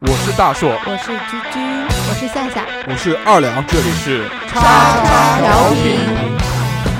我是大硕，我是居居，我是夏夏，我是二两，这里是叉叉调频。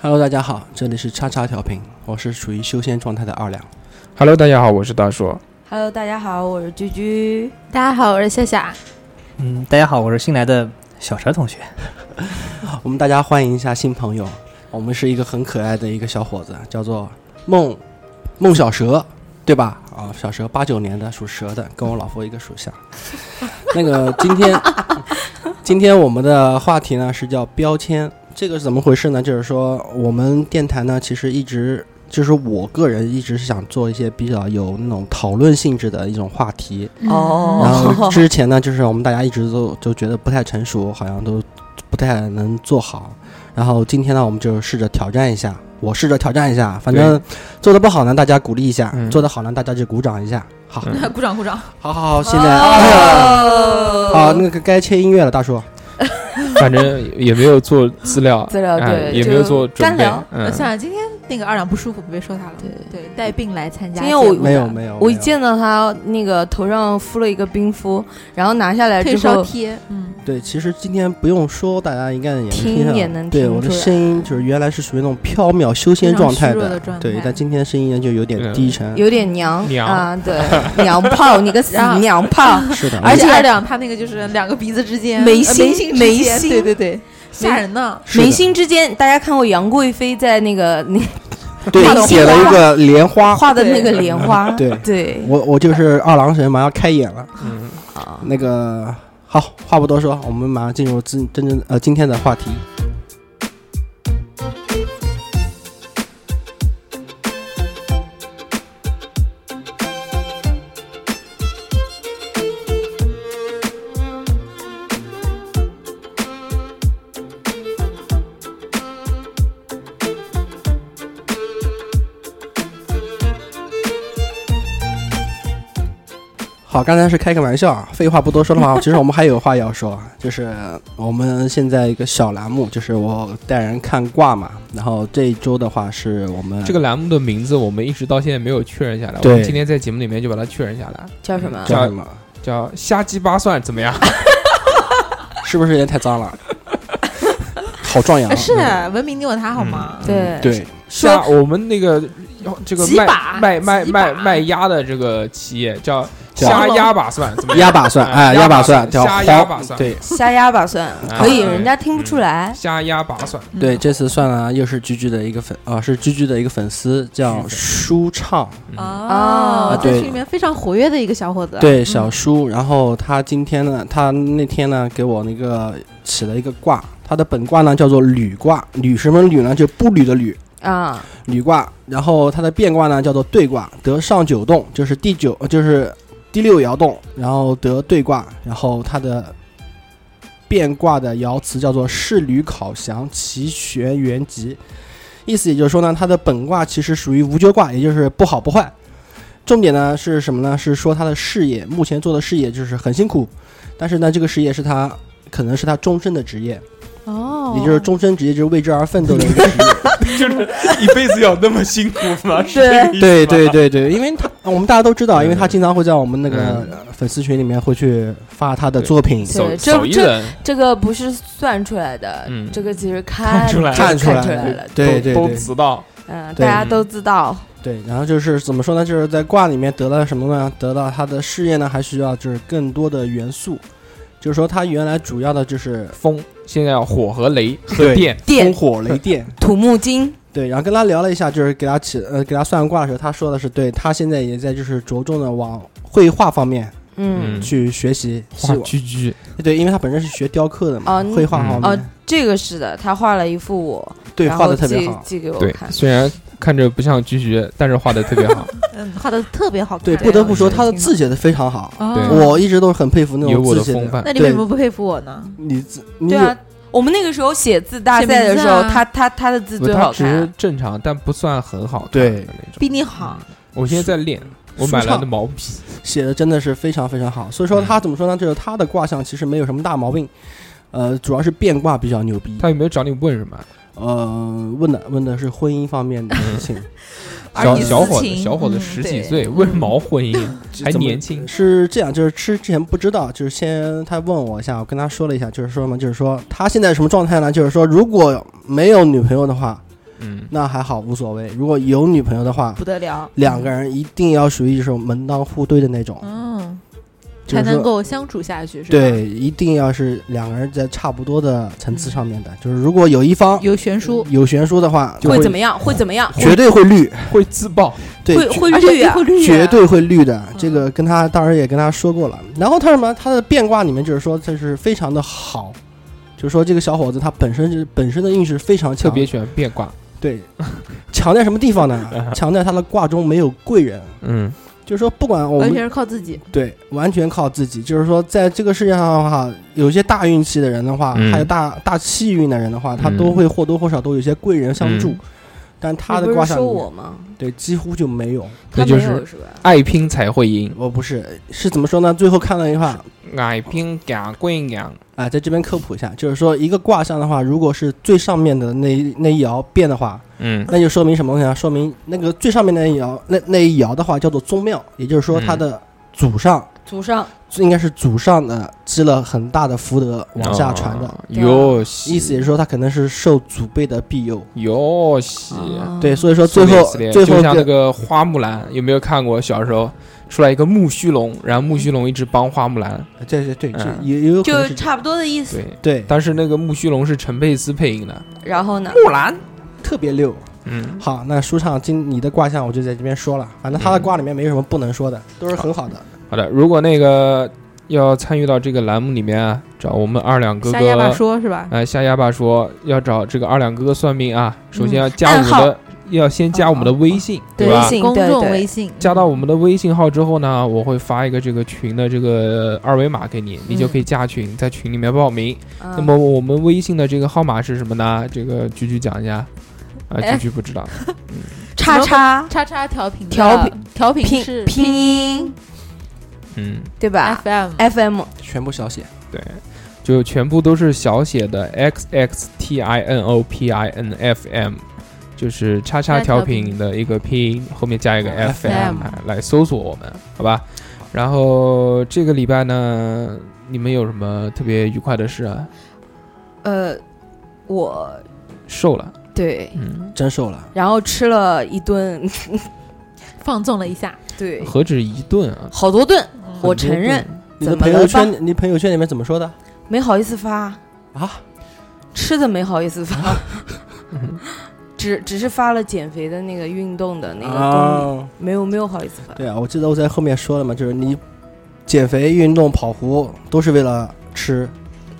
Hello，大家好，这里是叉叉调频，我是处于修仙状态的二两。 Hello，大家好，我是大硕。 Hello，大家好，我是居居。大家好，我是夏夏。嗯，大家好，我是新来的小蛇同学。我们大家欢迎一下新朋友，我们是一个很可爱的一个小伙子，叫做孟孟小蛇，对吧？啊，小蛇八九年的，属蛇的，跟我老婆一个属相。 那个今天， 今天我们的话题呢是叫标签，这个是怎么回事呢？就是说我们电台呢，其实一直。就是我个人一直是想做一些比较有那种讨论性质的一种话题，嗯哦然 后之前呢，就是我们大家一直都就觉得不太成熟，好像都不太能做好。然后今天呢，我们就试着挑战一下，我试着挑战一下，反正做的不好呢，大家鼓励一下；嗯做的好呢，大家就鼓掌一下。好，嗯 鼓掌鼓掌！好好好，现在、哦 好，那个该切音乐了，大 叔。反正也没有做资料， 资料哎对也没有就做准干备聊。嗯，算了，今天那个二两不舒服，别说他了。对对，带病来参加今节天目。啊我没有没有，我一没有见到他那个头上敷了一个冰敷，然后拿下来退之烧后，贴，嗯，对，其实今天不用说，大家应该也能听上也能对听我的出来声音，就是原来是属于那种飘渺修仙非常状态虚弱的，的状态对，但今天声音呢就有点嗯低沉。有点娘娘啊，对， 娘炮，你个死然后娘炮！是的，而且二两他那个就是两个鼻子之间眉呃心心之眉间心对对对，吓人呢。是的眉心之间，大家看过杨贵妃在那个 那对画的写了一个莲花，画的那个莲花？啊对对，我我就是二郎神，马上开演了。嗯，啊那个好，话不多说，我们马上进入真真正呃今天的话题。好，刚才是开个玩笑啊，废话不多说的话，其实我们还有话要说，啊就是我们现在一个小栏目，就是我带人看卦嘛，然后这一周的话是我们这个栏目的名字我们一直到现在没有确认下来，我嗯对们今天在节目里面就把它确认下来，叫什么？叫什么？叫“瞎鸡巴算”怎么 样？是不是有点太脏了？好壮阳啊，是文明你有他好吗？嗯对，对，说瞎我们那个这个几卖把卖卖几把卖卖鸭的这个企业叫“叫瞎鸭把算”怎么样？鸭把蒜，哎，鸭把蒜叫瞎鸭黄，把算，对瞎压吧算啊可以，对人家听不出来。瞎鸭把算，嗯对，这次算了，又是居居的一个粉啊，是居居的一个粉丝，叫舒畅，嗯啊哦，在对群里面非常活跃的一个嗯小伙子。对，小舒。然后他今天呢，他那天呢给我那个起了一个卦，他的本卦呢叫做履卦，履什么履呢？就步履的履，啊，履卦。然后他的变卦呢叫做兑卦，得上九动，就是第九，呃就是第六爻动，然后得兑卦。然后他的变卦的爻辞叫做仕履考详，其玄元吉。意思也就是说呢，它的本卦其实属于无咎卦，也就是不好不坏。重点呢是什么呢？是说他的事业，目前做的事业就是很辛苦，但是呢，这个事业是他可能是他终身的职业，哦，也就是终身职业，就是为之而奋斗的一个职业。就是一辈子要那么辛苦 吗？是对这个意思吗对对对对，因为他我们大家都知道，因为他嗯经常会在我们那个嗯呃粉丝群里面会去发他的作品，对手这手艺这人这个不是算出来的嗯，这个其实看看出来看看出来出来了了，，对对都都对知道，嗯，对嗯大家都知道，对，然后就是怎么说呢？就是在卦里面得到什么呢？得到它的事业呢，还需要就是更多的元素，就是说它原来主要的就是风，现在要火和雷和对电，风电火雷电。土木金，对，然后跟他聊了一下，就是给他起呃给他算卦的时候，他说的是对，他现在也在就是着重的往绘画方面嗯，嗯去学习，希画望居居，对，因为他本身是学雕刻的嘛，哦绘画方哦面，这个是的，他画了一幅我，对然画后的特别寄好，寄给我对，看，虽然看着不像居居，但是画的特别好，嗯，画的特别好看。对，不得不说他的挺好字写的非常好，对嗯哦，我一直都是很佩服 那有种我字的写风的。范。那你为对什么不佩服我呢？你字你对有啊，我们那个时候写字大赛的时候，写名字啊他他他的字不最它好只是看，正常，但不算很好看对的那种。比你好，我现在在练，我买舒了畅的毛笔，写的真的是非常非常好，所嗯以说他怎么说呢？就是他的卦象其实没有什么大毛病，呃，主要是变卦比较牛逼。他有没有找你问什么？呃，问的问的是婚姻方面的事情，嗯而小你私小伙子，情小伙子嗯十对嗯几岁，问毛婚 姻，还怎么年轻，是这样，就是吃之前不知道，就是先他问我一下，我跟他说了一下，就是说嘛，就是说他现在什么状态呢？就是说如果没有女朋友的话，嗯，那还好无所谓；如果有女朋友的话，不得了，两个人一定要属于一种门当户对的那种，嗯，哦就才是能说够相处下去，是吧？，对，一定要是两个人在差不多的层次上面的。嗯就是如果有一方有悬殊，有悬殊的话，就嗯会怎么样？会怎么样？绝 对会绿，会自爆，对，会绝会而且绿啊嗯会！绿啊绝对会绿的。这个跟他当时也跟他说过了。然后他什么？他的变卦里面就是说，这是非常的好，就是说这个小伙子他本身就是本身的运势非常强，特别喜欢变卦，对，强在什么地 方呢？强在他的卦中没有贵人，嗯，就是说不管我完们全是靠自己。对，完全靠自己。就是说，在这个世界上的话，有些大运气的人的话，嗯还有大大气运的人的话，他嗯都会或多或少都有些贵人相助。嗯但他你的嗯不卦是象说里面，我吗？对几乎就没有。那他没就有是是吧？爱拼才会赢，我不是是怎么说呢？最后看了一下，啊、嗯爱拼敢贵养，在这边科普一下，就是说一个卦象的话，如果是最上面的那一那一爻变的话，嗯，那就说明什么东西啊？说明那个最上面那一爻那那一爻的话叫做宗庙，也就是说他嗯的祖上、祖上应该是祖上的积了很大的福德往下传的。哦，啊哟西，意思也是说他可能是受祖辈的庇佑。哟西，哦嗯嗯对，所以说撕最裂后撕裂最就后像那跟个花木兰，有没有看过？小时候出来一个木须龙，然后木须龙一直帮花木兰，对对对，这嗯也也有可能就是差不多的意思。对。对，但是那个木须龙是陈佩斯配音的，然后呢？木兰，特别溜。嗯，好，那书上今你的卦象我就在这边说了，反正他的嗯卦里面没有什么不能说的，都是很好的。好的。如果那个要参与到这个栏目里面啊，找我们二两哥瞎哑巴哥，说是吧？哎，瞎哑巴说要找这个二两哥哥算命啊，首先要加嗯我们的，要先加我们的微信，对吧微？信公对众对微信加到我们的微信号之后呢，我会发一个这个群的这个二维码给你，你就可以加群，在群里面报名。嗯那么我们微信的这个号码是什么呢？这个菊菊讲一下。啊，哎菊菊不知道，叉叉叉叉调频的调频调频拼是拼音嗯，对吧 FM ？FM 全部小写，就全部都是小写的 x x t i n o p i n f m，就是叉叉调频的一个拼音，后面加一个 f m FM 来搜索我们，好吧？然后这个礼拜呢，你们有什么特别愉快的事啊？呃，我瘦了，对，嗯，真瘦了。然后吃了一顿， 放纵了一下，对，何止一顿啊！好多顿，很我多承认顿你的怎么朋友了吧圈，你朋友圈里面怎么说的没好意思发，啊？吃的没好意思 发，只只是发了减肥的那个运动的那个东西，啊，没有没有好意思发。对啊，我记得我在后面说了嘛，就是你减肥、运动、跑步都是为了吃，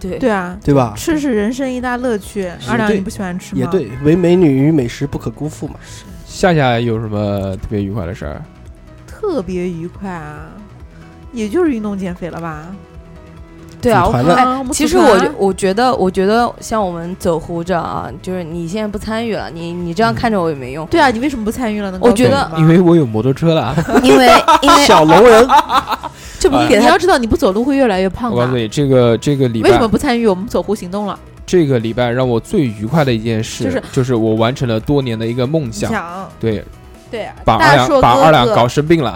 对，对啊，对吧？吃是人生一大乐趣。也二两，对你不喜欢吃吗？也对，唯美女与美食不可辜负嘛。夏夏有什么特别愉快的事儿？特别愉快啊，也就是运动减肥了吧？对啊，组我团哎的啊我们其组实团我觉我觉得我觉得像我们走胡这啊，就是你现在不参与了，你你这样看着我也 没用，对啊，你为什么不参与了呢？我觉得告诉我因吗为我有摩托车了。因为因为小 龙人，这不哎给你他要知道，你不走路会越来越胖我的告啊诉。你，这个这个礼为什么拜，不参与我们走湖行动了？这个礼拜让我最愉快的一件事，就是我完成了多年的一个梦想。想对，对啊，把大二两硕把哥二两哥搞生病了，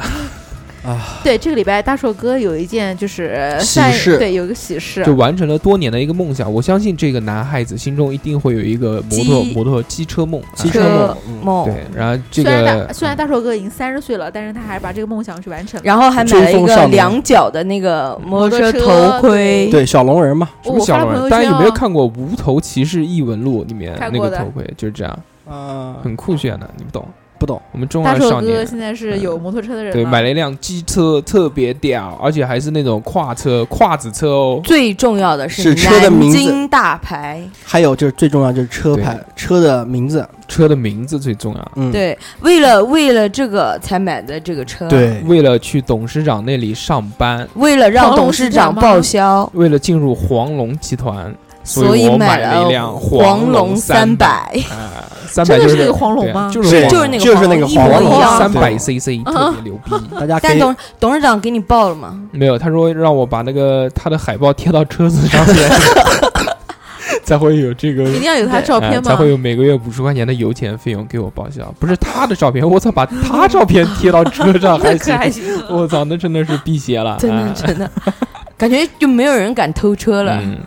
啊，对，这个礼拜大硕哥有一件就是喜善事对，有一个喜事就，完成了多年的一个梦想。我相信这个男孩子心中一定会有一个摩托机摩托机车梦，啊机车车梦，嗯梦，对，然后这虽然大个虽然大硕哥已经三十岁了，但是他还是把这个梦想去完成了。然后还买了一追风少个年两角的那个摩托车摩托车头盔，对小龙人嘛，什么我发小朋龙友圈人，大家有没有啊看过《无头骑士异闻录》里面看那过个的头盔？就是这样，啊，很酷炫的，你们懂。不懂，我们中大二硕少哥年现在是有摩托车的人对了买了一辆机车，特别屌，而且还是那种跨车跨子车哦。最重要的是车的南名字京大牌。还有就是最重要就是车牌车的名字，车的名字最重要。嗯，对，为了为了这个才买的这个车，，对，为了去董事长那里上班，为了让黄龙董事集团长吗报销，为了进入黄龙集团，所以以我买了一辆辆黄龙三百百。啊，三百真就的是是那个黄龙对啊吗？就是就是那个就是那黄个龙一黄龙模一样三百对 CC 特别牛逼。大家可但以董董事长给你报了吗？没有，他说让我把那个他的海报贴到车子上面， 才会有这个一定要有他对照哎片才吗？会有每个月五十块钱的油钱费用给我报销。不是他的照片，我操，把他照片贴到车上还 行，行。啊我操，那真的是辟邪了，真的啊哎真的，感觉就没有人敢偷车了。嗯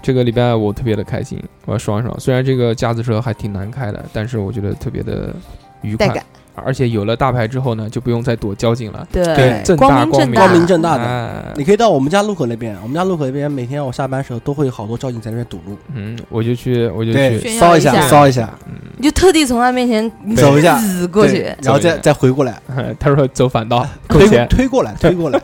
这个礼拜我特别的开心，我要爽一爽。虽然这个架子车还挺难开的，但是我觉得特别的愉带快。感，而且有了大牌之后呢，就不用再躲交警了，对正光大明光正明大，光明正大的。哎你可以到我们家路口那边，我们家路口那边每天我下班时候都会有好多交警在那边堵路，嗯，我就去，我就对去炫，耀骚一下，下骚一下，你就特地从他面前对走一下，滋过对去。然走后一再下再回过来， 他说走反道扣推钱。推过来，推过来，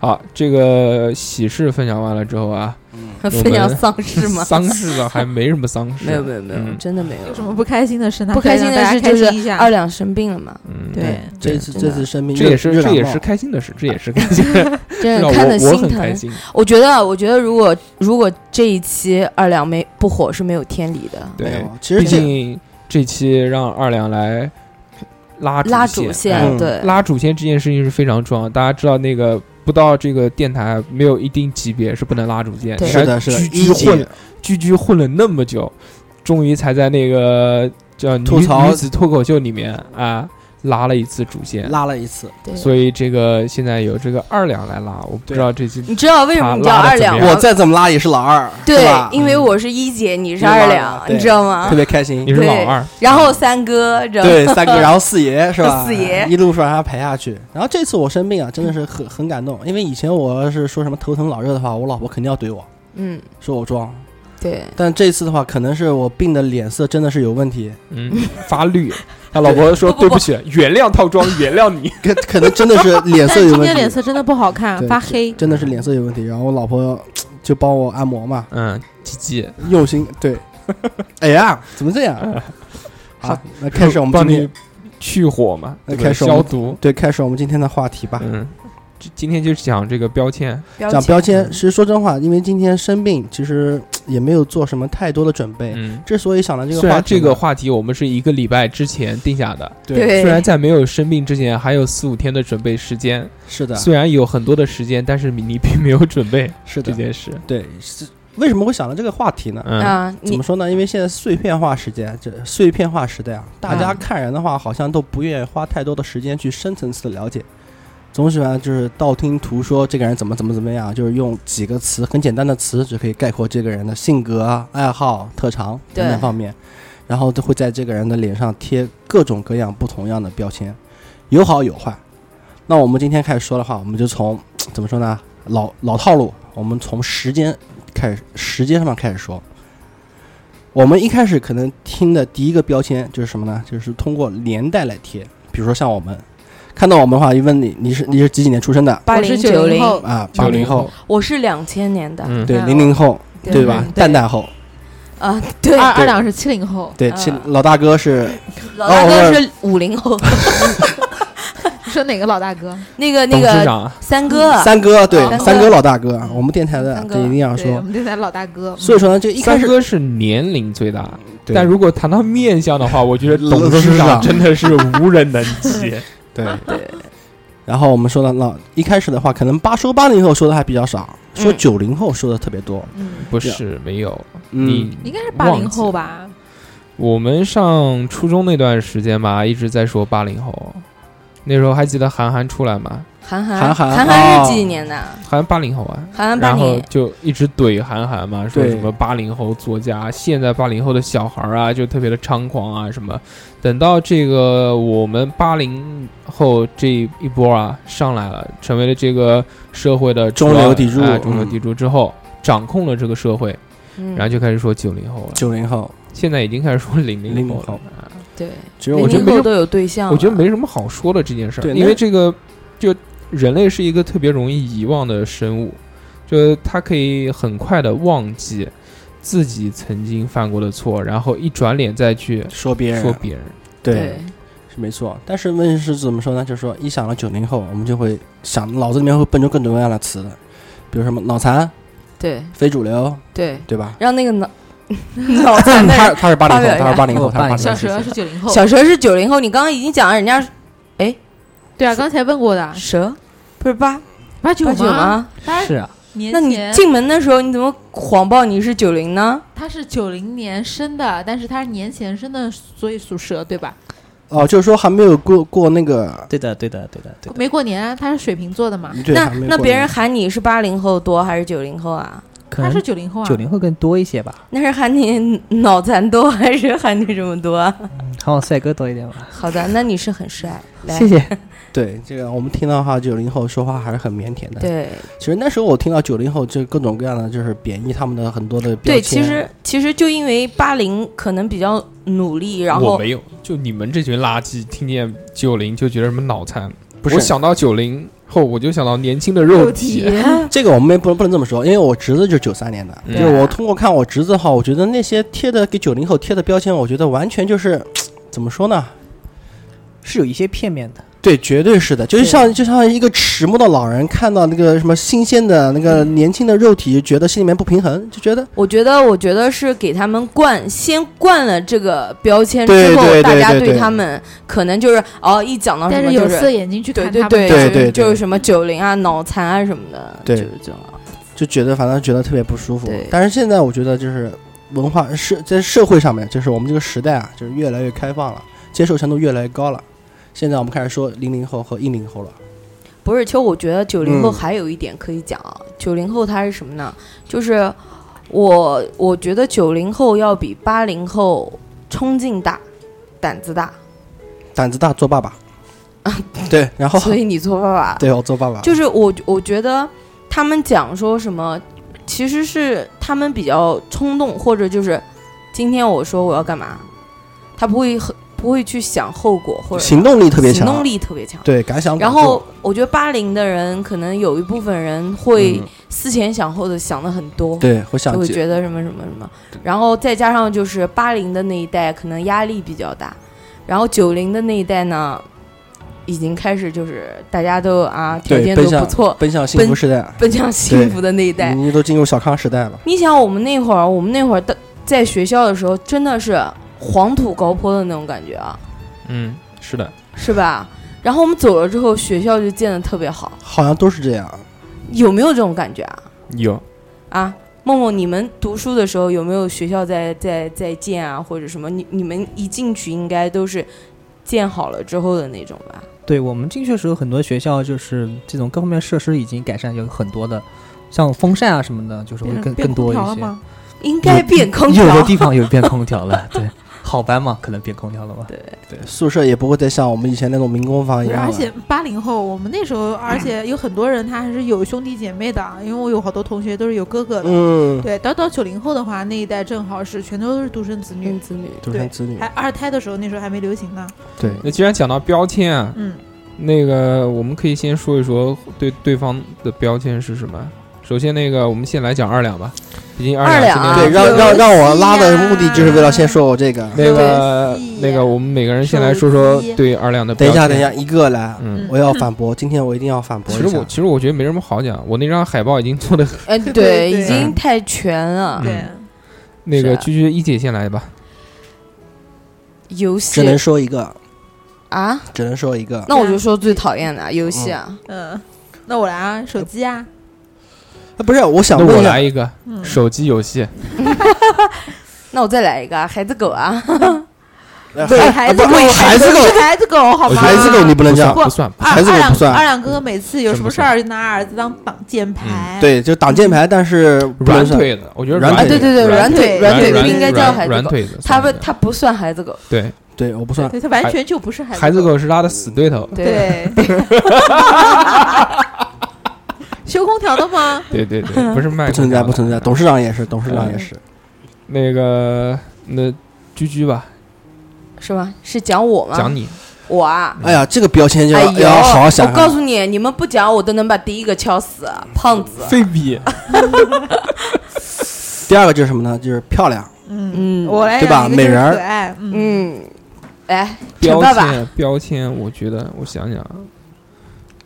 好，这个喜事分享完了之后啊，分享丧事吗？丧事啊还没什么丧事，没有没有没有，嗯真的没有有。什么不开心的事呢？不开心的事可以让大家就开心一是下二两生病了嘛，嗯，对，这次真这的次生病这热也是热这感也冒是开心的事，这也是开心，真 让的啊我看得我心很开疼。心。我觉得，我觉得如果如果这一期二两没不火是没有天理的。没对有，，其实毕这竟这期让二两来拉拉主主线，线哎嗯，对，拉主线这件事情是非常重要。大家知道那个不到这个电台没有一定级别是不能拉主线，对你是看的是的，居一居姐混居居混了那么久，终于才在那个叫女吐槽女子脱口秀里面啊拉了一次主线。拉了一次，对所以这个现在有这个二两来拉，我不知道这期你知道为什么你叫他拉得二两怎么吗？样我再怎么拉也是老二，是对吧，因为我是一姐，你是你是二老两嗯二，对你知道吗特？别开心你。是对老二，然后三哥，知道吗 对，三哥，然后四爷是吧？四爷一路上让他陪下去。然后这次我生病啊，真的是很很感动，因为以前我要是说什么头疼脑热的话，我老婆肯定要怼我，嗯，说我装。对，但这次的话，可能是我病的脸色真的是有问题，嗯，发 绿。他老婆说：“不对不不起，原谅套装，原谅你。可可能真的是脸 但色有今问天脸题，色真的不好看对，发黑。 真的是脸色有问题。然后我老婆就帮我按摩嘛”，嗯，吉吉，用心对。哎呀，怎么这样？ 好，那开始我们帮今你天去火嘛，那对吧开始我消们毒。对开始我们今天的话题吧。嗯，这今天就讲这个标签。讲标签，其实说真话，因为今天生病，其实也没有做什么太多的准备。嗯，之所以想到这个虽话然题这呢，个话题我们是一个礼拜之前定下的，对，虽然在没有生病之前还有四五天的准备时间，是的，虽然有很多的时间，但是你你并没有准备是这的，件事。对，是为什么会想到这个话题呢？嗯，啊，怎你么说呢？因为现在碎片化时间，这碎片化时代啊，大家看人的话，好像都不愿意花太多的时间去深层次的了解，总喜欢就是道听途说这个人怎么怎么怎么样，就是用几个词很简单的词就可以概括这个人的性格啊、爱好、特长对等等方面，然后都会在这个人的脸上贴各种各样不同样的标签，有好有坏。那我们今天开始说的话，我们就从怎么说呢？老老套路，我们从时间开始，时间上面开始说。我们一开始可能听的第一个标签就是什么呢？就是通过年代来贴，比如说像我们看到我们的话，一问你你是你是几几年出生的八我是零90零后，啊？八九零零后，，我是两千年的，嗯，对嗯零零后，对对吧嗯？蛋蛋后，啊，对，二对二两是七零后， 对，嗯其老大哥是老大哦哥我是五 零后，你说哪个老大哥？那个董那事个长，啊三哥，啊三哥，对嗯三，哥三哥老大哥，我们电台的三哥这一定要对，我说。们电台老大哥。所以说呢，就一开三始，哥是年龄最大，对但如果谈到面相的话，我觉得董董事事长长真的是无人能及。 对对，然后我们说到那一开始的话，可能八说八零后说的还比较少，说嗯九零后说的特别多。嗯，不是没有，嗯你应该是八零忘记后吧？我们上初中那段时间吧，一直在说八零后，那时候还记得韩寒出来吗？韩寒，韩寒韩寒哦是几几年的啊？韩寒八零后啊，韩寒八然后零，就一直怼韩寒嘛，说对什么八零后作家，现在八零后的小孩儿啊，就特别的猖狂啊什么。等到这个我们八零后这一波啊上来了，成为了这个社会的主要中流砥柱哎中流嗯砥柱之后，掌控了这个社会，嗯然后就开始说九零后了，九零后，现在已经开始说零00后了后。啊对，其实零我觉觉得零没后有都有对象了，我觉得没什么好说的这件事儿，对因为那这个就人类是一个特别容易遗忘的生物，就他可以很快的忘记自己曾经犯过的错，然后一转脸再去得说别人说别人。对，是没错，但是问题是怎么说呢？就是说，一想到九零后，我们就会想脑子里面会蹦出各种各样的词的，比如什么脑残、对非主流，对，对吧？让那个脑 脑残的他人，他是八零发表一后，下哦他是八零后，我他是八80零小后。蛇是九零后，小蛇是九零后，你刚刚已经讲了，人家对啊，刚才问过的蛇不是八八九八九吗？吗？八是啊，年那你前进门的时候你怎么谎报你是九零呢？他是九零年生的，但是他是年前生的，所以属蛇对吧？哦，就是说还没有过过那个，对的，对的，对的，对的。没过年啊，他是水瓶座的嘛，对，那还没有那过别个人喊你是八零后多还是九零后啊？可他能是九零后啊，九零后更多一些吧，那是喊你脑残多还是喊你什么多啊？ 还有帅哥多一点吧。好的，那你是很帅，来谢，谢。对这个，我们听到的话，九零后说话还是很腼腆的。，对其实那时候我听到九零后这各种各样的就是贬义他们的很多的标对，签。其实其实就因为八零可能比较努力，然我后没有，就你们这群垃圾，听见九零就觉得什么脑残，我不是想到九零后我就想到年轻的肉体，这个我们也不能不能这么说，因为我侄子就是九三年的，嗯就是我通过看我侄子的话，我觉得那些贴的给九零后贴的标签，我觉得完全就是怎么说呢？是有一些片面的，对，绝对是的，就是像就像一个迟暮的老人看到那个什么新鲜的那个嗯年轻的肉体，觉得心里面不平衡，就觉得我觉得，我觉得是给他们灌，先灌了这个标签对之后，对大对家对对他们可能就是哦，一讲到戴什着么有就色是眼镜去看对他对们，对，对就是对就是什么九零啊、脑残啊什么的，对就是这种。就觉得反正觉得特别不舒服对。但是现在我觉得就是文化社在社会上面，就是我们这个时代啊，就是越来越开放了，接受程度越来越高了。现在我们开始说零零后和一零后了，不是，其实我觉得九零后嗯还有一点可以讲啊，九零后他是什么呢？就是我我觉得九零后要比八零后冲劲大，胆子 大，胆子大做 爸爸，对，然后啊所以你做爸爸，对我做爸爸，就是我我觉得他们讲说什么，其实是他们比较冲动，或者就是今天我说我要干嘛，他不会很不会去想后果，或者行动力特别强，啊行动力特别强。对敢想敢然做。后我觉得八零的人可能有一部分人会嗯思前想后的想的很多，对，我想就会起觉得什么什么什么，然后再加上就是八零的那一代可能压力比较大，然后九零的那一代呢，已经开始就是大家都啊条对件都奔不向错，奔向幸福时代，奔向幸福的那一代。你都进入小康时代了。你想我们那会儿，我们那会儿的在学校的时候，真的是黄土高坡的那种感觉啊，嗯，是的，是吧？然后我们走了之后，学校就建得特别好，好像都是这样，有没有这种感觉啊？有啊，梦梦，你们读书的时候有没有学校在在在建啊，或者什么？你你们一进去应该都是建好了之后的那种吧？对我们进去的时候，很多学校就是这种各方面设施已经改善有很多的，像风扇啊什么的，就是会变更嗯变更空多调了一些。吗？应该变空有的调，地方有变空调了，对，好班嘛，可能变空调了吧。对，宿舍也不会再像我们以前那种民工房一不是，样而了。且八零后，我们那时候，而且有很多人他还是有兄弟姐妹的，啊因为我有好多同学都是有哥哥的。嗯，对，到到九零后的话，那一代正好是全都是独生子女，嗯子女，独生子女还，二胎的时候那时候还没流行呢。对，那既然讲到标签啊，嗯，那个，我们可以先说一说对对方的标签是什么。首先，那个我们先来讲二两吧，毕竟二两两今啊天对，是让让让我拉的游戏呀目的就是为了先说我这个。那个游戏呀那个，我们每个人先来说说对二两的标等一签。下，等一下，，一个来，嗯，我要反驳，今天我一定要反驳其一实下。我其实我觉得没什么好讲，我那张海报已经做的哎，对对，对已经太全了。嗯对，那个是啊居居一姐先来吧。游戏只能说一个，啊，只能说一个。那我就说最讨厌的啊游戏啊，嗯，那我来啊，手机啊，啊不是，我想那问我一下来，一个嗯，手机游戏，那我再来一个啊孩子狗啊， 喂喂孩子哎不狗，喂孩子狗哦是孩子狗好吗？孩子狗你不能这样不，不算，孩二子狗二两不算啊二两哥哥每次有真什不么事算儿就拿儿子当挡箭牌，，嗯对，就挡箭牌，但是不能软算，腿的，我觉得软啊，腿的，对对啊对，软软腿软腿腿不应该叫孩子软狗，腿的，他不算他不算孩子狗，对对，我不算。对他完全就不是孩孩子子，狗是他的死对头，对， 修空调的吗？对对对，不是卖不存在，不存在。董事长也是，董事长啊也是。那个那居居吧，是吧？是讲我吗？讲你，我啊。嗯哎呀，这个标签就哎要呦！要好好想我告想。诉你，你们不讲，我都能把第一个敲死，胖子。费啊比，第二个就是什么呢？就是漂亮。嗯我来对吧讲一个就是美人儿可爱，嗯，嗯，哎，陈标爸爸，签标签，我觉得我想想，啊，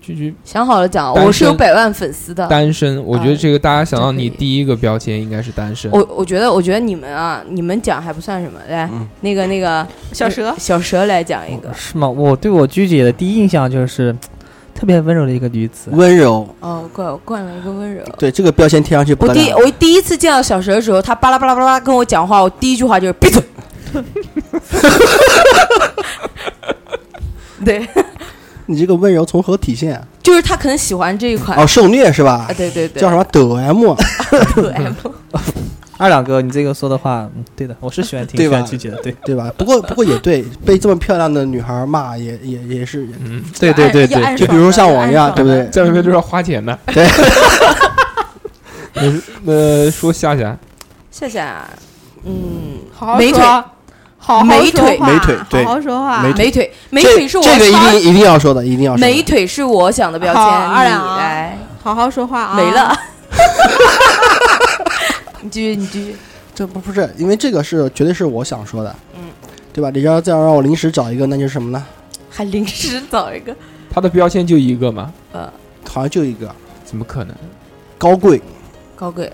居居想好了讲，单身我是有百万粉丝的。单身，我觉得这个大家想到你这可以第一个标签应该是单身，我我觉得，我觉得你们啊，你们讲还不算什么。来，嗯那个那个小蛇，小蛇来讲一个。是吗？我对我鞠姐的第一印象就是特别温柔的一个女子，温柔，哦，怪我惯了一个温柔。对这个标签贴上去不我得第了。我第一次见到小蛇的时候，他巴拉巴拉巴拉跟我讲话，我第一句话 就是闭嘴。对， 你这个温柔从何体现啊？就是他可能喜欢这一款哦，受虐是吧啊，？对对对，叫什么抖 M？可爱二两哥，你这个说的话，嗯，对的，我是喜欢挺对喜吧欢鞠姐的，对，对吧？不过不过也对，被这么漂亮的女孩骂也也也是，嗯，对对对对，就比如像我一样，对不对？在外面就是要花钱的，对。那呃，说夏夏，夏夏，啊嗯，好好美说腿好好美腿说话美腿对好好说话，美腿美腿，美这腿是我这个一超定一定要说的，一定要说美的。腿是我想的标签，好二两你啊来好好说话啊，没了。 你继续，你继续。这不不是，因为这个是绝对是我想说的，嗯，对吧？你要再让我临时找一个，那就是什么呢？还临时找一个，他的标签就一个嘛，呃，好像就一个怎么可能？高贵，高贵，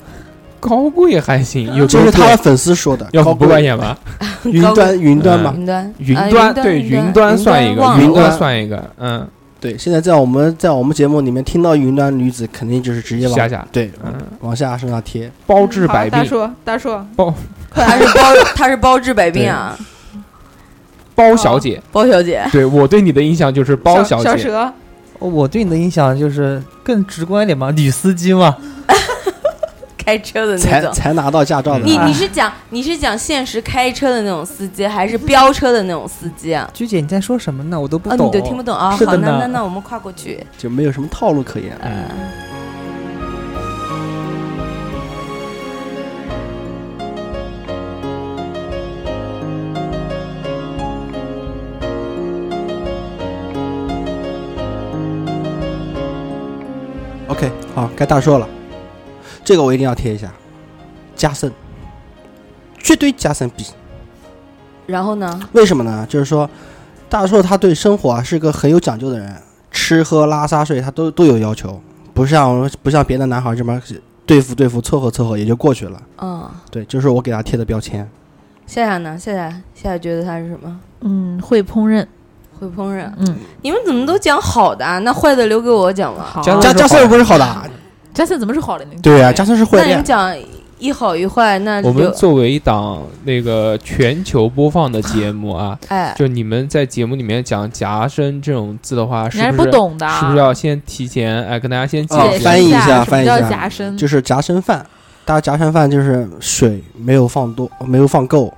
高贵还行，有这是多他贵的粉丝说的。要高不不贵扮演 吧？嗯云高端云端嘛，云端，云啊端端对云端算一个，云云端端算一个，嗯，对，现在在我们在我们节目里面听到云端女子，肯定就是直接往夏夏，对嗯，往夏身上贴。包治好百大病，叔，大叔，包他是包，他是包治百病啊，包小姐，包小 姐。对我对你的印象就是包小姐，蛇，我对你的印象就是更直观一点嘛，女司机嘛，开车的那才种。才拿到驾照的，啊你你是讲你是讲现实开车的那种司机，还是飙车的那种司机啊？鞠姐你在说什么呢？我都不哦，懂，你都听不懂啊？是的好，那呢那那我们跨过去。就没有什么套路可言。嗯， OK，好，该大硕了，这个我一定要贴一下，加森，绝对加森比。然后呢？为什么呢？就是说，大硕他对生活啊是个很有讲究的人，吃喝拉撒睡他都都有要求，不像不像别的男孩这么对付对付凑合凑合也就过去了。嗯，对，就是我给他贴的标签。夏夏呢？夏夏夏夏觉得他是什么？嗯，会烹饪，会烹饪。嗯，你们怎么都讲好的啊？那坏的留给我讲吧。哦加加加加森又不是好的啊，加森怎么是好的呢？对啊，加森是坏那你们练。讲一好一坏，那我们留作为一档那个全球播放的节目啊，哎，就你们在节目里面讲夹生这种字的话，你是还不不是懂的啊，哦是不是要先提前哎跟大家先解啊解释释？翻译一下下，翻译一什么叫下夹嗯生？就是夹生饭，大家夹生饭就是水没有放多，没有放够，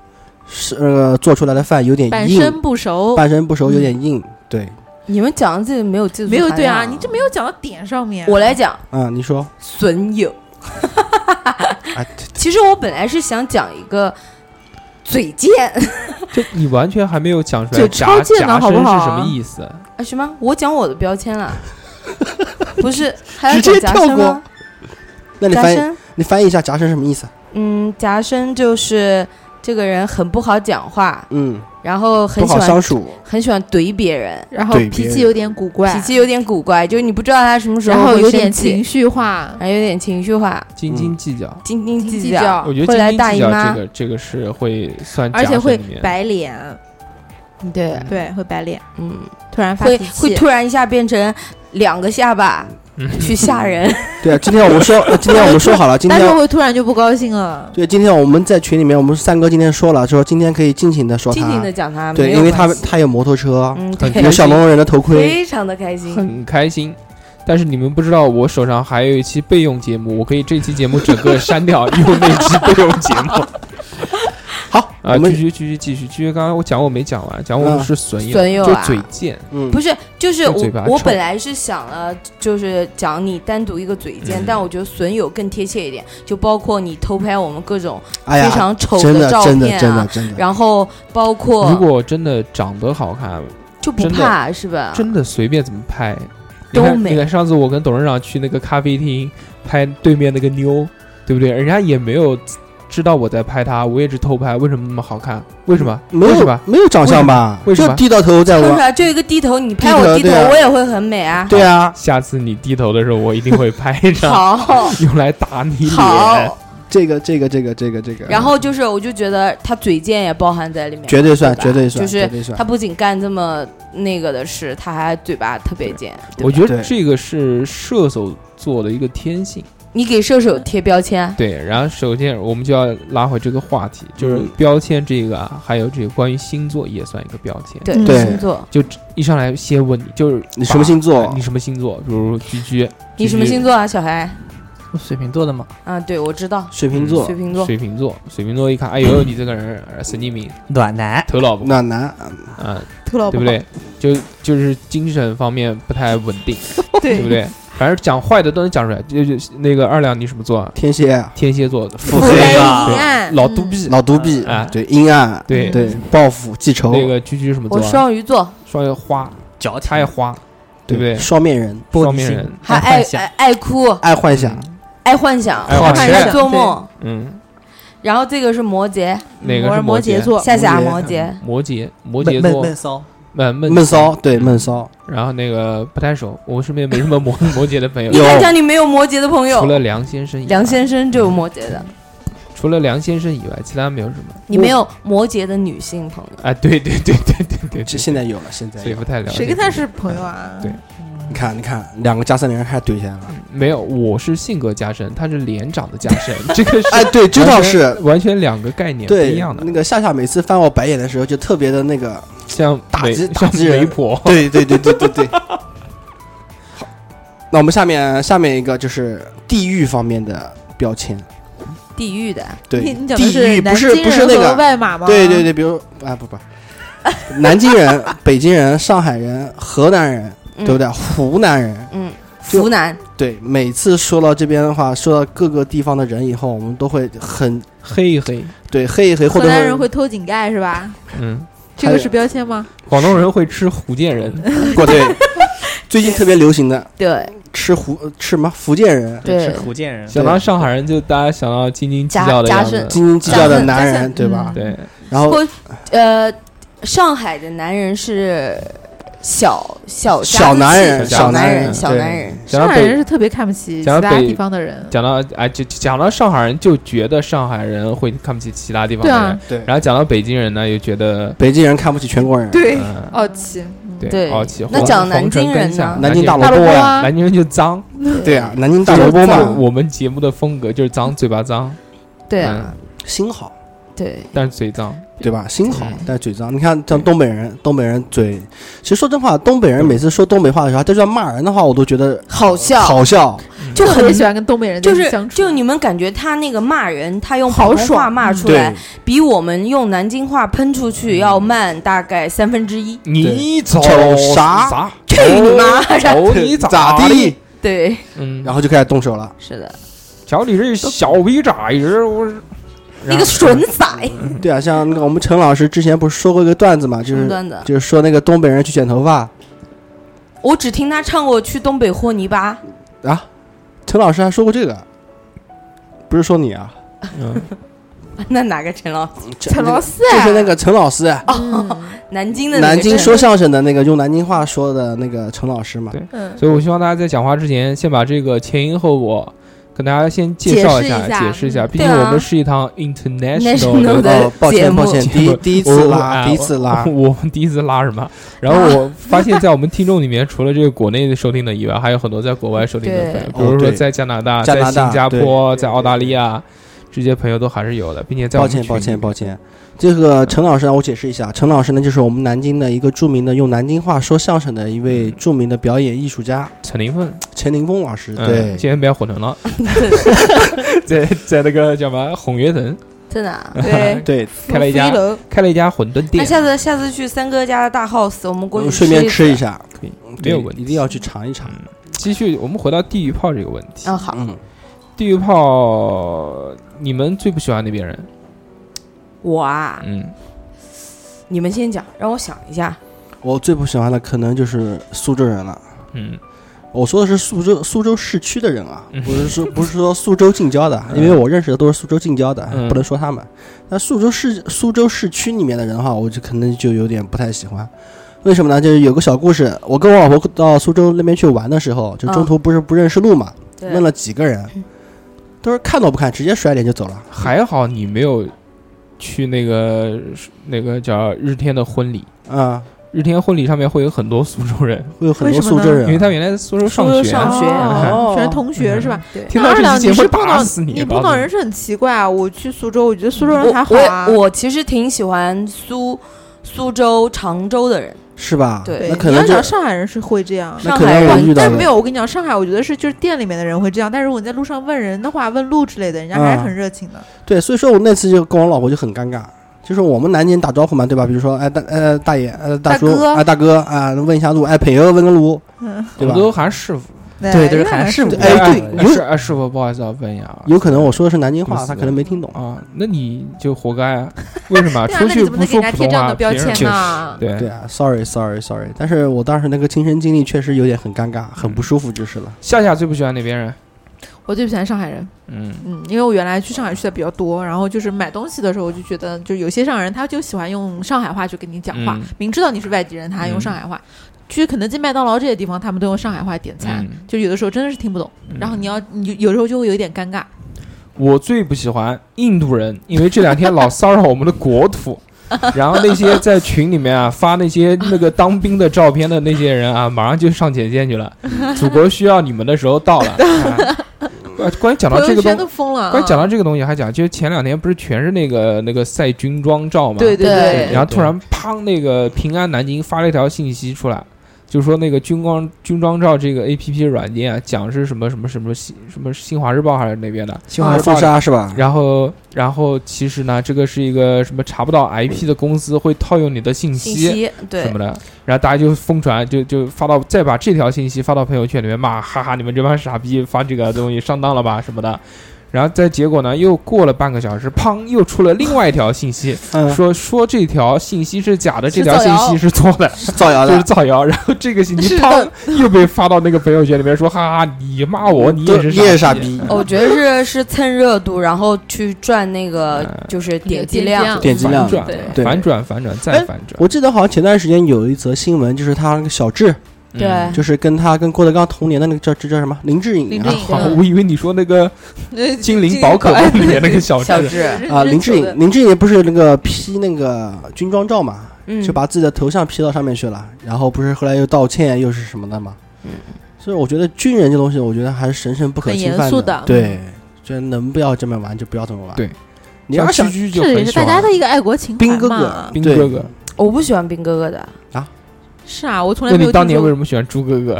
是呃做出来的饭有点半硬，生不熟，半生不熟，有嗯点硬。对，你们讲的自己没有技术没有含对啊，量你这没有讲到点上面。我来讲啊，你说，损友。哎，对其实我本来是想讲一个嘴贱就你完全还没有讲出来就夹超贱夹的生好是不好啊什么意思？啊什么？我讲我的标签 了，不是还要直接讲夹跳生过吗？那你夹翻译，生，你翻译一下夹生什么意思？啊嗯，夹生就是这个人很不好讲话，嗯，然后很不喜好相欢处，很喜欢怼别人，然后对别脾人气有点古怪，脾气有点古怪，就是你不知道他什么时然候后会有生点气情，绪化，然后有点情绪化，斤斤计较。斤斤斤计计较较我觉得会来斤斤大计姨较妈这个这个是会算夹而且生会里面，白脸。对，对，会白脸，嗯，突然发会脾气会，突然一下变成两个下巴嗯，去吓 人。对，今天我们说，呃 今天我们说好了，今但是天会突然就不高兴了。对，今天我们在群里面，我们三哥今天说了，说今天可以尽情的说尽情的他，讲他，对，没有因为他关系他有摩托车，嗯，很对有小毛毛人的头盔，非常的开心。很开心。但是你们不知道，我手上还有一期备用节目，我可以这期节目整个删掉，用那期备用节目。好，啊，我继们续继续继续继续，刚刚我讲我没讲完，讲我嗯是损友，损友就啊嘴贱，嗯不，是，就是用我嘴巴，我抽本来是想了，就是讲你单独一个嘴贱，嗯但我觉得损友更贴切一点，就包括你偷拍我们各种哎非呀，常丑真的照真的片真的啊，真的，然后包括如果真的长得好看，就不真的怕是吧？真的随便怎么拍都你看美你看上次我跟董事长去那个咖啡厅拍对面那个妞，对不对？人家也没有知道我在拍她，我也是偷拍，为什么那么好看？为什么？没为什有么？没有长相吧？为什么就低到头在说出 我，来就一个低头，你拍低头我低头对啊，我也会很美啊。对啊，下次你低头的时候，我一定会拍一张， 好， 用来打你脸。好，这个这个这个这个这个，然后就是，我就觉得他嘴贱也包含在里面，绝对算，吧绝对算，就绝是对算他，不仅干这么那个的事，他还嘴巴特别贱。对我吧觉得对这个是射手座的一个天性。你给射手贴标签，啊对，然后首先我们就要拉回这个话题，就是嗯标签这个啊，还有这个关于星座也算一个标签。对嗯对星座，就一上来先问你，就是你什么星座把你？什么星座？比如居居，你什么星座啊，小孩？水瓶座的嘛，啊，对，我知道，水瓶座水，瓶座，水瓶座，水瓶座一看，哎呦，你这个人呃神经病，暖男，头脑不暖男，啊，特老对不好对？就就是精神方面不太稳定，对不对对？反正讲坏的都能讲出来。就就那个二两，你什么座啊？天蝎，天蝎座，腹黑黑阴啊，暗老嘟嗯逼。老独臂啊，对，阴暗，对嗯对，报复记仇，那个居居什么座我啊？双鱼座，双鱼花，矫情他也花，对不对？双面人，玻璃双面心人还爱爱幻想爱爱哭，爱幻想，嗯爱幻想，爱幻想爱做梦。嗯，然后这个是摩羯，哪个嗯摩是摩羯羯？座？夏夏摩摩羯，摩羯，摩羯闷闷座，闷骚，闷闷闷骚，对，闷骚，然后那个不太熟，我身边没什么摩摩羯的朋友你，敢讲你没有摩羯的朋友除？了梁先生以外，梁先生就有摩羯的，除了梁先生以外，其他没有什么。你没有摩羯的女性朋友。啊，对对对对对对，这现在有了，现在所以有不太了解。谁跟他是朋友啊？对你看，你看，两个加三零开始怼起来了。没有？我是性格加深，他是脸长的加深，这个是哎，对， 这倒是完全两个概念不对一样的那。个夏夏每次翻我白眼的时候，就特别的那个。像打媒击打像击人媒 婆，对对对对对对。 好，那我们下面下面一个就是地域方面的标签。地狱的，对你你，讲的地域不南是京不是人那和个，外马吗？对对对，比如啊不不，南京人、北京人、上海人、河南人，对嗯对不？对？湖南人，嗯，就湖南，对，每次说到这边的话，说到各个地方的人以后，我们都会很黑一黑。对黑一黑，或河者南人会偷井盖是吧？嗯，这个是标签吗？广东人会吃福建人，过对，最近特别流行的对吃湖吃什么福建人，对是福建人，想到上海人就大家想到斤斤计较的夹样夹子顺。斤斤计较的加分男加人，分对吧？对，然后或呃，上海的男人是小小家小子男气人小小男人人，小对男人，讲上到海北人是特别看不起其讲他到北地方的人。讲到哎，就就讲到上海人，就觉得上海人会看不起其他地方对的人。啊，对，然后然后讲到北京人呢，又觉得北京人看不起全国人，对嗯傲气。对对傲气。那皇讲南皇城京根人下呢南京大萝大萝卜卜呀，啊，南京人就脏，对啊，南京大就萝是卜脏嘛，我们节目的风格就是脏，嘴巴脏，嗯对嗯啊，心好，对，但是嘴脏。对吧？心好嗯，但是嘴脏。你看，像东北人，东北人嘴，其实说真话，东北人每次说东北话的时候，就算骂人的话，我都觉得好笑，好笑，就特别很喜欢跟东北人就在一起是相处，就你们感觉他那个骂人，他用豪普通爽话骂出来对，，比我们用南京话喷出去要慢大概三分之哦一。你瞅瞅啥啥？去你妈！ 瞅哦你咋地地？？ 对，嗯，然后就开始动手了。是的，瞧你这小逼崽子，我是一个损仔，对啊，像那个我们陈老师之前不是说过一个段子嘛，就什么是段子？就是说那个东北人去剪头发我只听他唱过《去东北和泥巴》， 啊，陈老师还说过这个，不是说你啊，嗯那哪个陈老师？嗯陈老四啊，就是那个陈老师，嗯南京的那个南京陈说相声的那个用南京话说的那个陈老师嘛对，嗯，所以我希望大家在讲话之前，先把这个前因后果跟大家先介绍解释一下解释一下，毕对竟啊我们是一堂 international National 的。的哦，抱节歉目抱歉，第一第一次我，拉，第一次拉我们第一次拉什么？然后我发现，在我们听众里面，除了这个国内的收听的以外，还有很多在国外收听的对朋友，比哦如说对在加拿大、加在拿大新加对坡、在澳大利亚，这些朋友都还是有的，并且在我抱们歉群抱里歉抱歉。这个陈老师让我解释一下，陈老师呢就是我们南京的一个著名的用南京话说相声的一嗯位著名的表演艺术家陈林凤，陈林峰老师。嗯对，今天不要混 成了，在在那个叫什么红月城真的、啊。嗯对，对， 开了一家负一楼开了一家馄饨那店，下次下次去三哥家的大 house，我们过去呃顺便吃一一次。下，可以没对有问题，一定要去尝一尝。嗯。继续，我们回到地狱炮这个问题。哦嗯，好，嗯，地狱炮，你们最不喜欢哪边人？我啊，嗯，你们先讲，让我想一下。我最不喜欢的可能就是苏州人了。嗯，我说的是苏州苏州市区的人啊嗯，不是说不是说苏州近郊的，嗯因为我认识的都是苏州近郊的嗯，不能说他们。那苏州市苏州市区里面的人的话，我就可能就有点不太喜欢。为什么呢？就是有个小故事，我跟我老婆到苏州那边去玩的时候，嗯就中途不是不认识路嘛，对问了几个人，都是看都不看，直接甩脸就走了。还好你没有去那个那个叫日天的婚礼。啊，日天婚礼上面会有很多苏州人，会有很多为什么苏呢州人，因为他原来在苏州上苏州学啊，上学哦 哦全是同学是吧？嗯听那到二这两期节你目是碰打到死你告碰诉到你人是很奇怪啊！我去苏州，我觉得苏州人还好啊我。我我其实挺喜欢苏苏州常州的人，是吧？对那对可你要能就讲上海人是会这样，那上可海能我人遇到但的没有，我跟你讲，上海我觉得是就是店里面的人会这样，但如果你在路上问人的话，问路之类的，人家还是嗯很热情的。对，所以说我那次就跟我老婆就很尴尬，就是我们南京打招呼嘛，对吧？比如说，哎大呃大爷，呃大大叔，哥啊大哥啊，问一下路，哎朋友问个路，嗯，我对们吧？都喊师傅。对，就应是该韩式是舞哎蹈对的哎是哎，师傅，不好意思啊，问一下啊，有可能我说的是南京话，嗯他可能没听懂。啊，那你就活该啊！ 为什么对啊，出那去你怎么不能给说人家普贴通这样话的标别人签呢？对对啊，sorry sorry sorry，但是我当时那个亲身经历确实有点很尴尬，很不舒服就是了。夏夏最不喜欢哪边人？我最不喜欢上海人，嗯，嗯，因为我原来去上海去的比较多，然后就是买东西的时候，我就觉得，就有些上海人他就喜欢用上海话去跟你讲话，嗯明知道你是外地人，他还用上海话。去肯德基、麦当劳这些地方，他们都用上海话点餐，嗯就有的时候真的是听不懂，嗯然后你要你就有时候就会有一点尴尬。我最不喜欢印度人，因为这两天老骚扰我们的国 土。然后那些在群里面啊发那些那个当兵的照片的那些人啊，马上就上前线去 了。祖国需要你们的时候到了。啊关关于讲到朋这友个东圈，都疯了啊，关于讲到这个东西还讲，就是前两天不是全是那个那个晒军装照嘛？对对对然后突然砰，那个平安南京发了一条信息出来，就说那个军光军装照这个 A P P 软件啊，讲是什么什么什么新什么新华日报还是哪边的，新华封杀是吧？然后然后其实呢，这个是一个什么查不到嗯 I P 的公司会套用你的信信息。息什对么，的，然后大家就疯传，就就发到，再把这条信息发到朋友圈里面骂，哈哈，你们这帮傻逼发这个东西上当了吧什么的，然后再结果呢，又过了半个小时，砰，又出了另外一条信息， 嗯，说说这条信息是假的，这是条造信谣息是错的，是造谣就是的。造谣。然后这个信息是砰又被发到那个朋友圈里面，说哈哈，你骂我，你也对是你也是傻傻逼哦我觉得是是蹭热度，然后去赚那个嗯就是点击点击量量，点击反量转对，对反转，反转，再哎反转。我记得好像前段时间有一则新闻，就是他那个小智，嗯对就是跟他跟郭德纲同年的那个叫这叫什么林志颖林啊志颖好，我以为你说那个那《精灵宝可梦》里面那 个小小智，智，啊林志颖，林志颖不是那个 P 那个军装照嘛，嗯，就把自己的头像 P 到上面去了，然后不是后来又道歉又是什么的嘛。嗯，所以我觉得军人这东西，我觉得还是神圣不可侵很严犯肃的对，就能不要这么玩就不要这么玩。对，你要像想居居就这也很啊是喜大欢家的一个爱国情怀兵哥嘛哥，兵对哥哥。我不喜欢兵哥哥的，是啊，我从来那没你有当年听为说什么喜欢猪哥哥？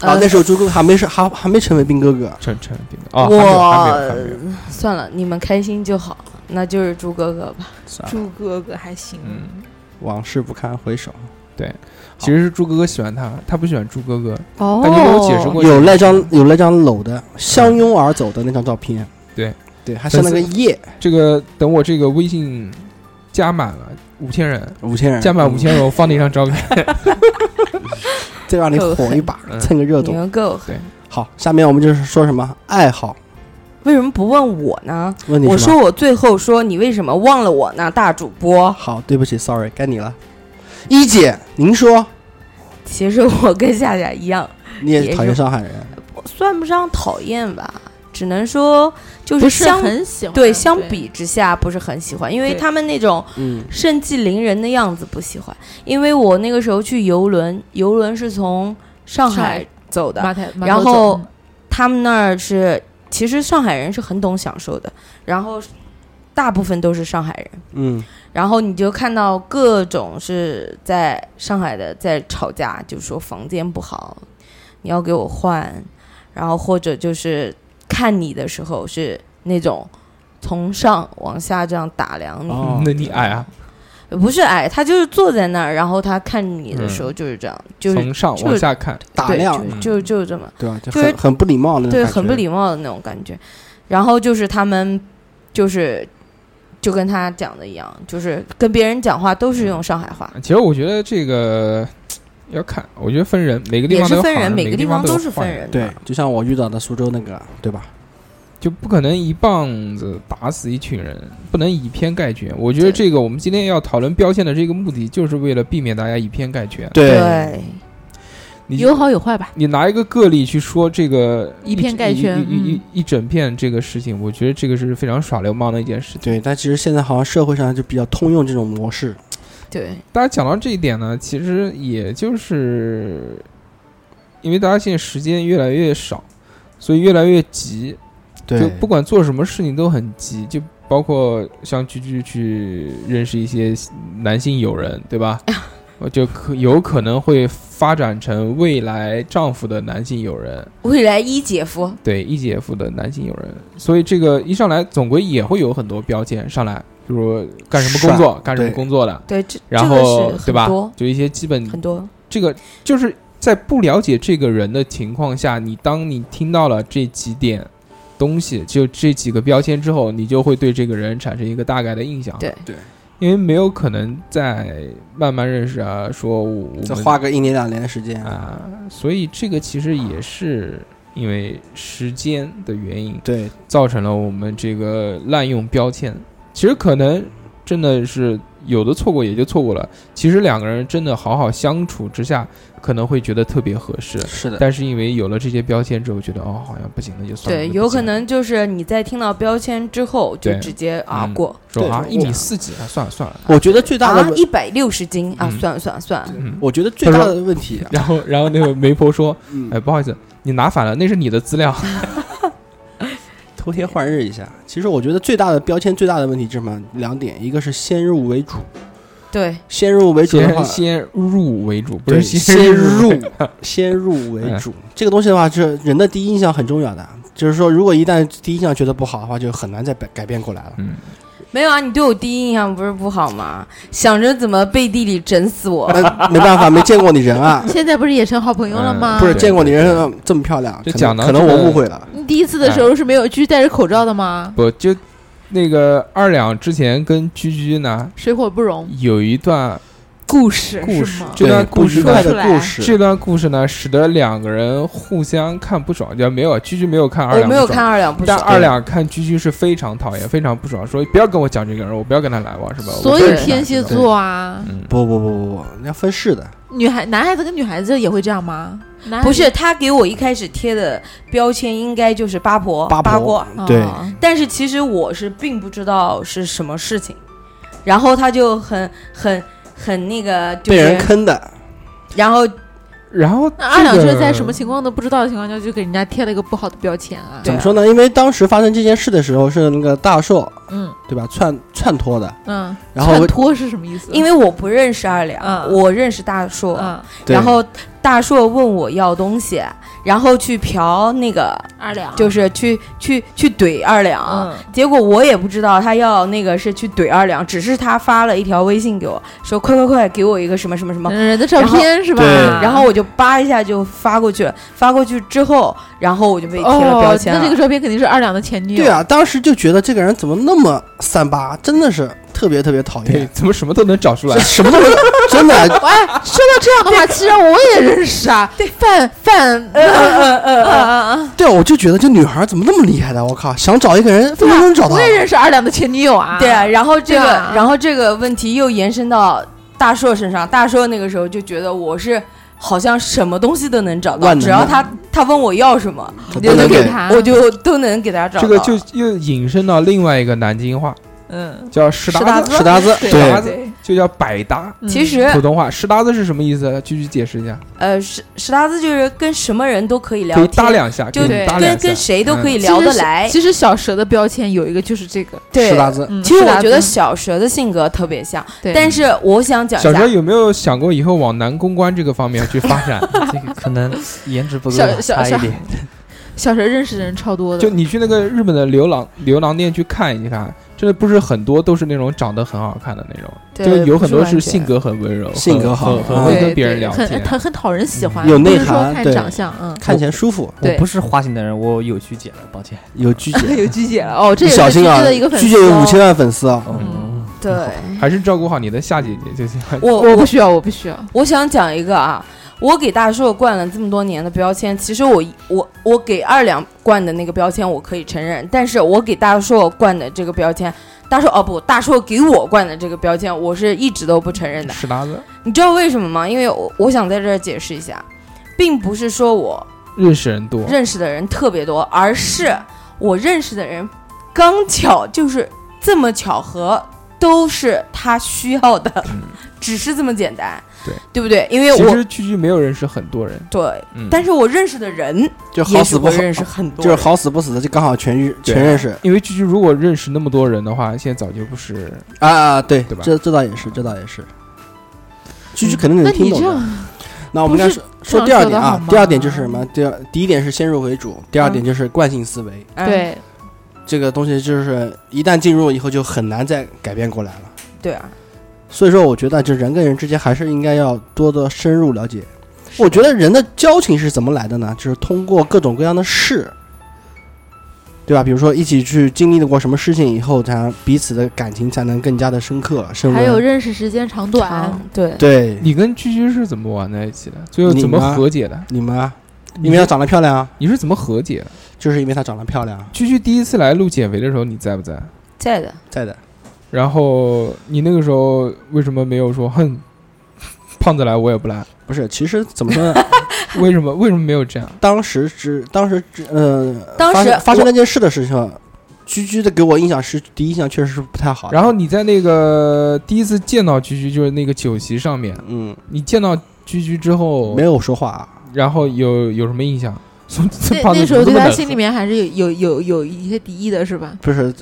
呃啊，那时候朱哥还没是还还没成为兵哥哥，陈陈斌哥哦，还没有还没有还没有我算了，你们开心就好，那就是猪哥哥吧。算了，朱哥哥还行，嗯。往事不堪回首。其实是猪哥哥喜欢他，他不喜欢猪哥哥。哦大家给我解释过有那张有那张搂的相拥而走的那张照片，对对，还是那个夜这个等我这个微信加满了五千人，五千人加满五，千人，我放那张照片。嗯再让你火一把嗯，蹭个热你度。们够，好，下面我们就是说什么爱好为什么不问我呢？问题我是吗。说我最后说你为什么忘了我呢？大主播，好，对不起，sorry，该你了，一姐，您说其实我跟夏夏一样，你也也讨厌是上海人，算不上讨厌吧，只能说就不是相很喜欢。对相比之下不是很喜欢，因为对他们那种嗯盛气凌人的样子不喜欢。因为我那个时候去游轮，游轮是从上上海海走的，马太，马然头总后他们那儿是其实上海人是很懂享受的，然后大部分都是上海人。嗯然后你就看到各种是在上海的在吵架，就说房间不好，你要给我换，然后或者就是看你的时候是那种从上往下这样打量你，哦那你矮啊，不是矮，他就是坐在那儿，然后他看你的时候就是这样，就是从上就往是下看，打对，量，嗯就就就是这么。对吧？就就是很很不礼貌的那种对，感觉，很不礼貌的那种感觉。然后就是他们，就是就跟他讲的一样，就是跟别人讲话都是用上海话，其实我觉得这个要看，我觉得分人，每个地也方都是有分好人，每个个地方方都有是坏分，人的对。，就像我遇到的苏州那个，对吧？就不可能一棒子打死一群人，不能以偏概全。我觉得对这个我们今天要讨论标签的这个目的，就是为了避免大家以偏概全。对，你有好有坏吧。你拿一个个例去说这个以偏概全一一一嗯一一整片这个事情，我觉得这个是非常耍流氓的一件事情。对，但其实现在好像社会上就比较通用这种模式，对，大家讲到这一点呢，其实也就是因为大家现在时间越来越少，所以越来越急，就对，不管做什么事情都很急，就包括像居居去认识一些男性友人，对 吧？我就可有可能会发展成未来丈夫的男性友人，未来一姐夫，对一姐夫的男性友人，所以这个一上来总归也会有很多标签上来，比如干什么工作，干什么对工作的，对，这然这个后是很对吧嗯多？就一些基本很多，这个就是在不了解这个人的情况下，你当你听到了这几点东西，就这几个标签之后，你就会对这个人产生一个大概的印象。对对，因为没有可能再慢慢认识啊，说我我再们花个一年两年的时嗯间，啊，所以这个其实也是因为时间的原因，对，造成了我们这个滥用标签。其实可能真的是有的错过也就错过了。其实两个人真的好好相处之下，可能会觉得特别合适。是的，但是因为有了这些标签之后，觉得哦，好像不行，那就算了。对，那就有不行可能就是你在听到标签之后就对直接啊嗯过说啊，对一米四几啊，算了算了。我觉得最大啊的，问，一百六十斤啊嗯，算了算了算了，嗯，我觉得最大的问题啊，然后然后那个媒婆说，嗯哎，不好意思，你拿反了，那是你的资料。头天换日一下。其实我觉得最大的标签最大的问题就是什么？两点，一个是先入为主，对，先入为主的话先，先入为主，不对是先入哎入 先入为主，这个东西的话是人的第一印象很重要的。就是说，如果一旦第一印象觉得不好的话，就很难再改改变过来了。嗯，没有啊，你对我第一印象不是不好吗？想着怎么背地里整死我，那没办法，没见过你 人啊， 现在不是也成好朋友了嗯吗？不是对见过你对人这么漂亮，就可能讲到可能这个我误会了。你第一次的时候是没有去戴着口罩的吗？不就那个二两之前跟居居呢水火不容，有一段故事故是事吗，这段对不故愉事快呢。的故这事，段故事呢，使得两个人互相看不爽，就没有居居没有看 二我两，哦没有看，二两不但爽，二两看居居是非常讨厌，非常不爽，说不要跟我讲这个人，我不要跟他来往，是吧？所我不认有识他天蝎，是吧座啊，嗯，不不不不不，要分市的。女孩、男孩子跟女孩子也会这样吗？男孩不是他给我一开始贴的标签应该就是八婆八八婆婆，哦对但是其实我是并不知道是什么事情，然后他就很很很那个就被是，人啊坑的，然后然后那二两这这个在什么情况都不知道的情况下，就给人家贴了一个不好的标签啊对。怎么说呢？因为当时发生这件事的时候是那个大硕，嗯对吧？串串托的，嗯，然后串脱是什么意思？因为我不认识二两，嗯我认识大硕，嗯，对然后大硕问我要东西，然后去嫖那个二两就是去去去怼二两。嗯，结果我也不知道他要那个是去怼二两，只是他发了一条微信给我，说快快快给我一个什么什么什么，人的照片是吧？对然后我就叭一下就发过去了，发过去之后，然后我就被贴了标哦，签了。那这个照片肯定是二两的前女友。对 啊，当时就觉得这个人怎么那么三八，真的是特别特别讨对厌，怎么什么都能找出来这，什么都是真的。哎，说到这样的话，其实我也认识啊，对，范范，呃呃嗯 呃呃呃，对啊，我就觉得这女孩怎么那么厉害的？我靠，想找一个啊人分分钟找到啊我。也认识二两的前女友啊。对啊，，然后这对个，啊然后这个问题又延伸到大硕身上。大硕那个时候就觉得我是好像什么东西都能找到，万能的只要他他问我要什么，他就都能给给他我就都能给他找到。这个就又引申到另外一个南京话，嗯，叫“搭子屎搭子，对对对，就叫“百搭嗯其实”。普通话“屎搭子”是什么意思？继续解释一下，呃，石石达子就是跟什么人都可以聊可以天，搭两下，就可以搭跟两跟下。嗯谁都可以其聊实得是来。其实小蛇的标签有一个就是这个，对屎，搭子，嗯其实是我的觉得嗯小蛇的性格特别像，对但是我想讲一小下时候，有没有想过以后往男公关这个方面去发 展？这个可能颜值不够小吧小差一小点。小蛇认识的人超多的，就你去那个日本的牛郎牛郎店去看一看，真的不是很多都是那种长得很好看的那种，对就有很多不完是全性格很温柔，性格好很很啊很对会跟别人对聊很天。很很讨人喜欢，有不内是说涵看对长相，嗯， 看起来舒服，我对不是花心的人，我有曲解了，抱歉。有鞠姐，有鞠姐了哦，这你也小是鞠心啊姐的一个，粉丝鞠姐有哦五千万粉丝啊，嗯，对还是照顾好你的夏姐姐就行。我哦我不需要，我不需要，我想讲一个啊，我给大硕冠了这么多年的标签，其实我我我给二两冠的那个标签我可以承认，但是我给大硕冠的这个标签，大硕哦不，大硕给我冠的这个标签，我是一直都不承认的。屎搭子你知道为什么吗？因为我我想在这儿解释一下，并不是说我认识人多，认识的人特别多，而是我认识的人刚巧就是这么巧合，都是他需要的，只是这么简单，嗯对对不对？因为其我实区区没有认识很多人，对，嗯，但是我认识的人也就好许死我不好，认识很多就是人，好死不死的就刚好全遇对啊全认识因为区区如果认识那么多人的话，现在早就不是啊啊，对对吧这这倒也是，这倒也是。鞠鞠肯定那能嗯听你懂这的。样那我们不该是说说这第样二说点的好啊吗，第二点就是什么？第二第一点是先入为主，第二点就是惯性思维。嗯对，这个东西就是一旦进入以后就很难再改变过来了。对啊，所以说，我觉得就人跟人之间还是应该要多多深入了解。我觉得人的交情是怎么来的呢？就是通过各种各样的事，对吧？比如说一起去经历过什么事情以后，才彼此的感情才能更加的深刻、深还有温。认识时间长短，长对对你跟区区是怎么玩在一起的？最后怎么你呢和解的？你们啊，你因为她是长得漂亮啊，你是怎么和解的？就是因为她长得漂亮啊，区区第一次来录减肥的时候，你在不在？在的，在的。然后你那个时候为什么没有说哼， 胖子来我也不来？ 不是，其实怎么说呢？为什么为什么没有这样？当时只当时只呃，当发时生发生我那件事的时候，居居的给我印象是第一印象确实是不太好的。然后你在那个第一次见到居居，就是那个酒席上面，嗯，你见到居居之后没，有说话啊，然后有有什么印象？ 说这那胖子那时候怎对么这么他能喝心里面还是有有有有一些敌意的，是吧？不是，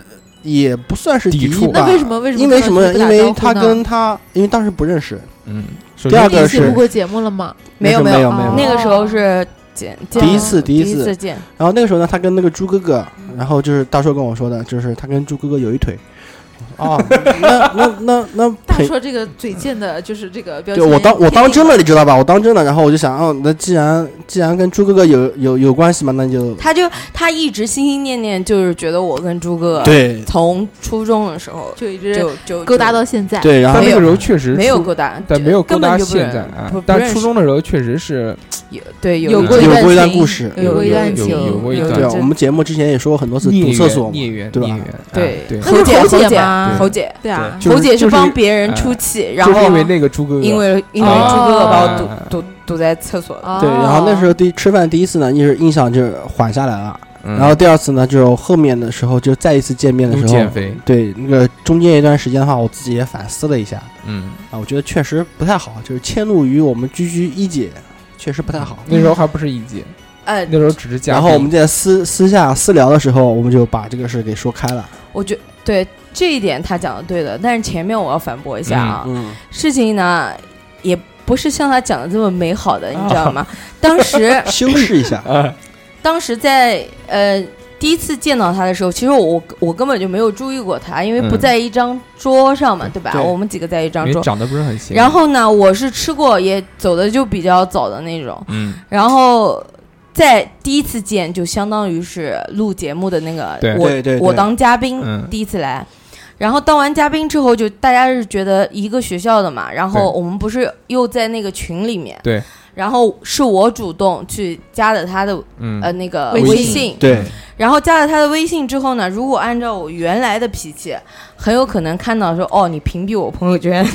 也不算是抵敌触意吧那为什？么为什么因为什么当？时不打因为招呼他呢跟他，因为当时不认识，嗯，首第先二第一个次是录过节目了吗？没有那时候没没有有哦没有。那个时候是见见第一次第第一次次见，然后那个时候呢，他跟那个猪哥哥，然后就是大硕跟我说的，就是他跟猪哥哥有一腿。 哦，那那那那大陪，说这个嘴贱的，就是这个标对签。我当我当真了，你知道吧？我当真了，然后我就想，哦，那既然既然跟猪哥哥有有有关系嘛，那就他就他一直心心念念就是觉得我跟朱哥对从初中的时候就一直就就勾搭就到现在。对，然后但没那有个时候确实没有出勾搭，但就没有勾根搭本就不现认在啊不不，但认初识中的时候确实是有对有一过段有过一段情故事有过一段情有有过一有段对啊，这我们节目之前也说过很多次孽堵厕缘所嘛，孽缘对吧孽缘啊对对，侯姐那是侯侯姐姐吗侯姐对啊，对侯就是姐就是帮因别人哎出气， 然就后是因为那个猪哥哥，因为因为哦朱哥哥把我哎堵堵堵在厕所了，对，然后那时候第一吃饭第一次呢，就是印象就是缓下来了，嗯然后第二次呢，就后面的时候就再一次见面的录时减候，肥，对那个中间一段时间的话，我自己也反思了一下嗯，啊，我觉得确实不太好，就是迁怒于我们居居一姐，确实不太好。那时候还不是一姐，哎，那时候只是嘉宾。，然后我们在私私下私聊的时候，我们就把这个事给说开了。我觉对这一点他讲的对的，但是前面我要反驳一下啊，嗯，事情呢也不是像他讲的这么美好的，你知道吗？当时修饰一下啊，当时在呃第一次见到他的时候，其实我我我根本就没有注意过他，因为不嗯在一张桌上嘛，对吧？对我们几个在一张因为桌。长得不是很行。然，后呢，我是吃过也走的就比较早的那种，嗯，然后在第一次见就相当于是录节目的那个对我对对我对当嘉宾、嗯第一次来。然后当完嘉宾之后，就大家是觉得一个学校的嘛，然后对我们不是又在那个群里面，对，然后是我主动去加的他的嗯，呃那个微微信信，对，然后加了他的微信之后呢，如果按照我原来的脾气，很有可能看到说哦，你屏蔽我朋友圈，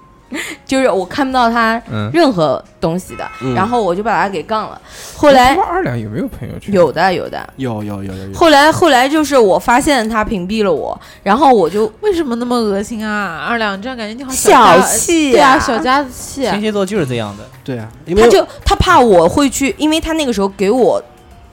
就是我看不到他嗯，任何东西的，嗯然后我就把他给杠了。后来不知道二两有没有朋友圈？有的有的， 有有有有有，后来后来就是我发现他屏蔽了我，然后我就为什么那么恶心啊？二两，你这样感觉你好小家气对啊，呀小家子气啊。天蝎座就是这样的，对啊，因为他就他怕我会去，因为他那个时候给我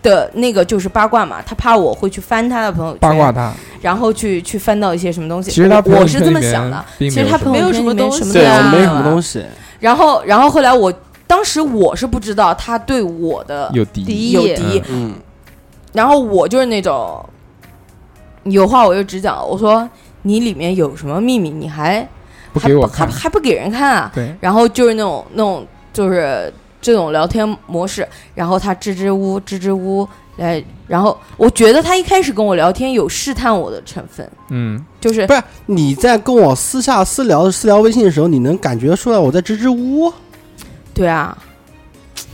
的那个就是八卦嘛，他怕我会去翻他的朋友圈，八卦他。然后去去翻到一些什么东西。其实他朋友我是圈这么里面想的，并其实没有他什朋么友没有圈什么里面东什么西对都我啊没有什么东西，然后然后后来我当时我是不知道他对我的有敌敌意，意有敌意，嗯，然后我就是那种有话我就直讲，我说你里面有什么秘密，你还不给我还看还。还不给人看啊？对，然后就是那种那种就是这种聊天模式，然后他支支吾吾支支吾吾来，然后我觉得他一开始跟我聊天有试探我的成分，嗯，就是不是你在跟我私下私聊私聊微信的时候，你能感觉出来我在支支吾吾。对啊，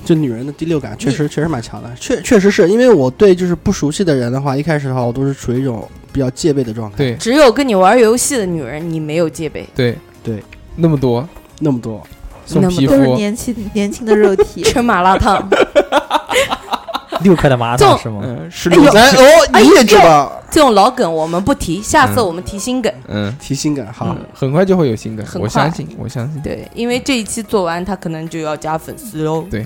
这女人的第六感确实确实蛮强的，确确实是因为我对就是不熟悉的人的话，一开始的话我都是处于一种比较戒备的状态。对只有跟你玩游戏的女人你没有戒备，对对，那么多那么多，送那么，皮都是肤，年轻 年轻的肉体吃麻辣烫，六克的麻辣这烫种是吗？嗯，是哎呦六呃咱千，哦，你也知道这种老梗我们不提，下次我们提新梗。嗯，提心梗好，嗯很快就会有新梗，很我快相信，我相信。对，因为这一期做完，他可能就要加粉丝哦喽。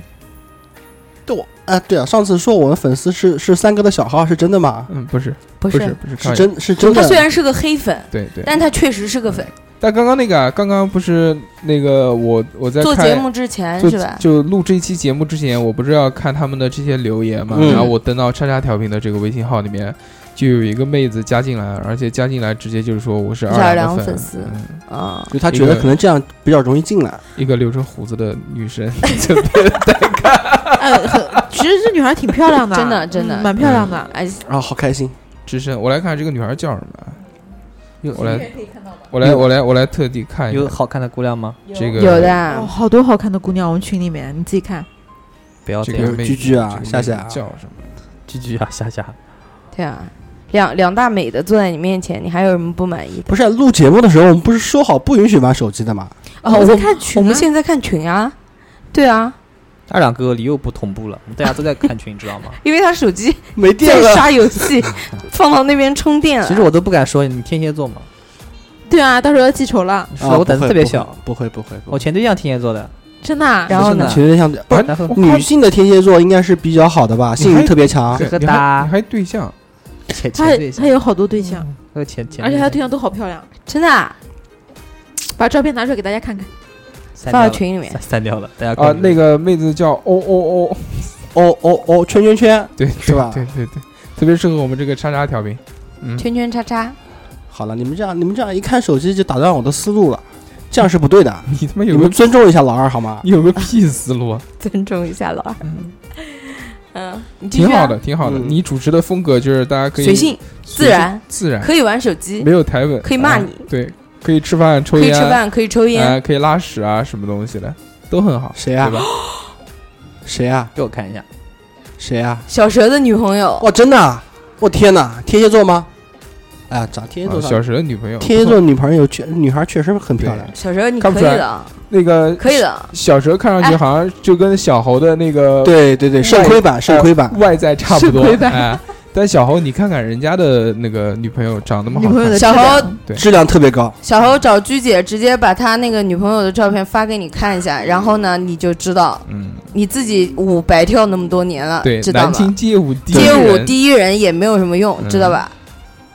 对我啊，对啊，上次说我们粉丝是是三哥的小号是真的吗？嗯，不是，不不是，，不是，是靠真是真他虽的，然是个黑粉，对对。但他确实是个粉。但刚刚那个啊，刚刚不是那个我我在做看节目之前就是吧？就录这期节目之前，我不是要看他们的这些留言嘛，嗯然后我登到叉叉调频的这个微信号里面，就有一个妹子加进来，而且加进来直接就是说我是我是二二两的粉丝嗯啊，就他觉得可能这样比较容易进来。一个留着胡子的女生，呃，很其实这女孩挺漂亮的，真的真的嗯蛮漂亮的。哎，啊，好开心！只身，我来看这个女孩叫什么啊，有我来我来我来我来特地看一有下好看的姑娘吗？这个有的哦，啊，好多好看的姑娘，我们群里面你自己看。不要这这个样，妹居居啊这个妹子夏夏啊叫什么？居居啊，夏夏，对啊，两两大美的坐在你面前，你还有什么不满意的？不是录节目的时候，我们不是说好不允许玩手机的吗？啊，我我在们看群我啊，们现在看群啊，对啊，二两哥你又不同步了，我们大家都在看群，你知道 吗？因为他手机没电在了，刷游戏，放到那边充电了。其实我都不敢说你天蝎座嘛，对啊，到时候要记仇了，你啊说我胆子特别小，，不会不会不会。不我会前对象天蝎座的，真的啊。然后呢不是前对象不是然后女性的天蝎座应该是比较好的吧，你性还欲特别强。对这个你搭还你还对象？前他前对象他，有好多对象，他前前，而且他对象都好漂亮，真的啊把照片拿出来给大家看看。删发掉到了群里面，删删掉了，大家啊，关注那个妹子叫哦哦哦，哦哦哦，圈圈圈，对，是吧对对对，对特别适合我们这个叉叉调频。嗯，圈圈叉叉，好了，你们这样，你们这样一看手机就打断我的思路了，这样是不对的。你他妈你有嗯个们尊重一下老二 好吗？有个屁思路啊！ 尊重一下老二。 嗯，你继续挺好啊的，挺好的。嗯你主持的风格就是大家可以随性随自然，自然，可以玩手机没，有台本，可以骂啊你对，可以吃饭、抽可以烟，吃饭，可以抽烟，哎啊，可以拉屎啊，什么东西的都很好，谁对啊吧？？谁啊？给我看一下，谁啊？小蛇的女朋友，哇，真的啊！我天哪，天蝎座吗？哎呀，长天蝎啊座小上，蛇的女朋友，天蝎座女朋友确女孩确实很漂亮对。小蛇你看不可以出来的啊，那个可以的啊。小蛇看上去哎好像就跟小猴的那个对对对，肾亏版，肾亏版，外在差不多是，亏待哎，但小猴你看看人家的那个女朋友长那么女好朋友看的，小质量猴对质量特别高。小猴找鞠姐，直接把他那个女朋友的照片发给你看一下，然后呢，你就知道嗯，你自己舞白跳那么多年了，对，知道南吗？京街舞第一街舞人第一人也没有什么用，嗯知道 吧？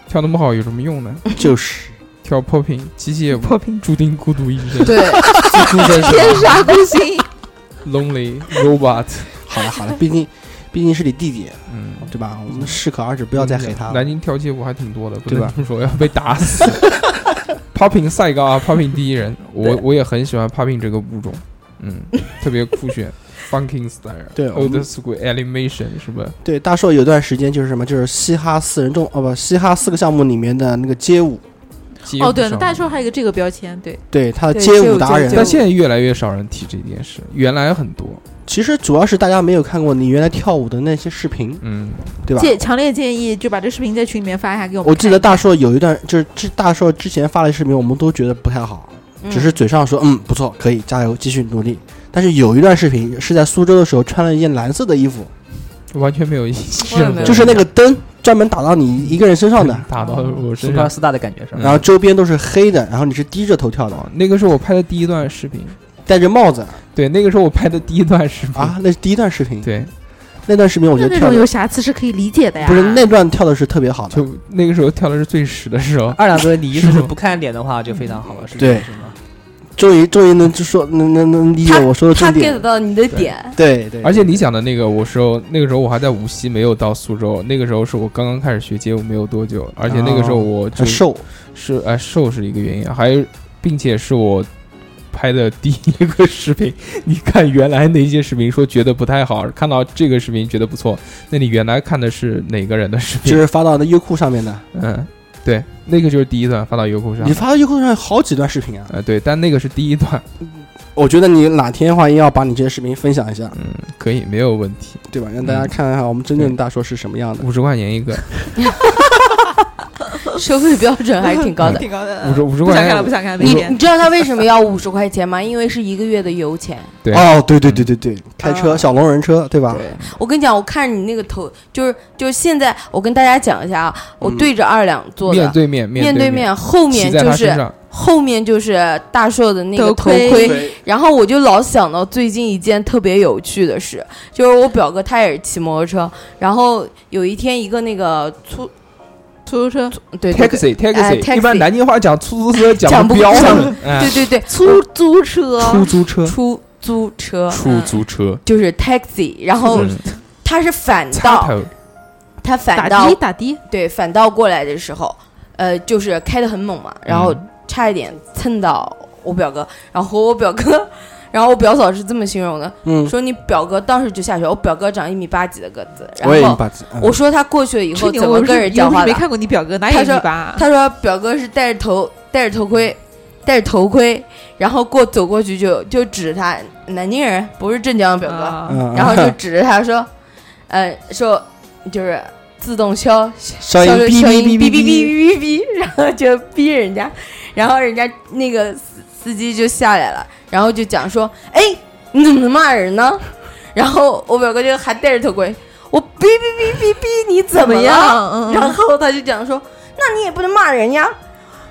跳那么好有什么用呢？ 就是跳 popping 机械舞，破冰注定孤独一生， 对，孤 单天煞孤星， lonely robot，好了好了，毕竟 毕竟是你弟弟，嗯。对吧？我们适可而止，不要再黑他了。南京跳街舞还挺多的，不对吧能这么说，要被打死。popping 赛高啊，popping 第一人，我对我也很喜欢 popping 这个物种，嗯，特别酷 炫，funking style，对我们，old school animation 什么，对，大硕有段时间就是什么，就是嘻哈四人众哦不，嘻哈四个项目里面的那个街舞，街哦，舞对，少大女硕还有一个这个标签，对，对他的对街街舞舞达街舞人街。舞但现在越来越少人提这件事，原来很多，其实主要是大家没有看过你原来跳舞的那些视频，嗯，对吧？建强烈建议就把这视频在群里面发一下给我们。我记得大硕有一段，就是之大硕之前发的视频，我们都觉得不太好，只是嘴上说嗯不错，可以加油，继续努力。但是有一段视频是在苏州的时候穿了一件蓝色的衣服，完全没有意我也识没 有，就是那个灯专门打到你一个人身上的，打到我啊苏身克上。斯大的感觉是吧？嗯然后周边都是黑的，然后你是低着头跳的，那个是我拍的第一段视频，戴着帽子对，那个是我拍的第一段视频。啊，那是第一段视频。对，那段视频我觉那得那跳种的有瑕疵是可以理解的啊呀。不是那段跳的是特别好的，就那个时候跳的是最实的时啊候。 二两哥，你意思是不看脸的话就非常好了，是对是吗？终于终于能就说能能能理解我说的他重 get 点。到你的对点，对对，而且你讲的那个，我时候那个时候我还在无锡，没有到苏州。那个时候是我刚刚开始学街舞没有多久，而且那个时候我就很是啊瘦，哎瘦是一个原因，还有并且是我拍的第一个视频。你看原来那些视频说觉得不太好，看到这个视频觉得不错，那你原来看的是哪个人的视频？就是发到那优酷上面的。嗯，对，那个就是第一段发到优酷上你。发到优酷上有好几段视频啊，呃，对，但那个是第一段，我觉得你哪天的话也要把你这些视频分享一下，嗯，可以没有问题，对吧？让大家看一下我们真正的大硕是什么样的。五十块钱一个，收费标准还挺嗯高的。挺高的五十五十不块想钱看了，不想看了，没你点你知道他为什么要五十块钱吗？因为是一个月的油钱。对哦，对对对对对，开车啊小龙人车，对吧？对，我跟你讲，我看你那个头，就是就是现在，我跟大家讲一下啊，我嗯对着二两做面的，对面，面面对对，后面骑在就他身是上，后面就是大硕的那个头头盔盔，然后我就老想到最近一件特别有趣的事，就是我表哥他也是骑摩托车，然后有一天一个那个出出租车对对对 taxi 哎 taxi， ，taxi 一般南京话讲出租车 讲不不标上 准，哎对对对出租车出租车，出租车嗯嗯出租车，就是 taxi，然后嗯他是反插倒，头，他反打倒的打的，对反倒过来的时候，呃，就是开的很猛嘛，嗯然后嗯差一点蹭到我表哥，然后我表哥。 然后我表嫂是这么形容的，嗯，说你表哥当时就下去了，我表哥长一米八几的个子，然我也后把自嗯我说他过去了以后吹牛！怎么我跟是人讲话没的？看过你表哥，哪他有说你啊吧？他说表哥是戴着头戴着头盔，戴着头盔，然后过走过去就就指着他，南京人不是镇江的表哥，啊嗯，然后就指着他说，呃，说就是自动消 声音消哔消音哔哔哔哔哔哔，然后就逼人家，然后人家那个司司机就下来了，然后就讲说，哎，你怎么能骂人呢？ 然后我表哥就还戴着头盔，我哔哔哔哔哔，你怎么样？样？嗯然后他就讲说：“那你也不能骂人呀，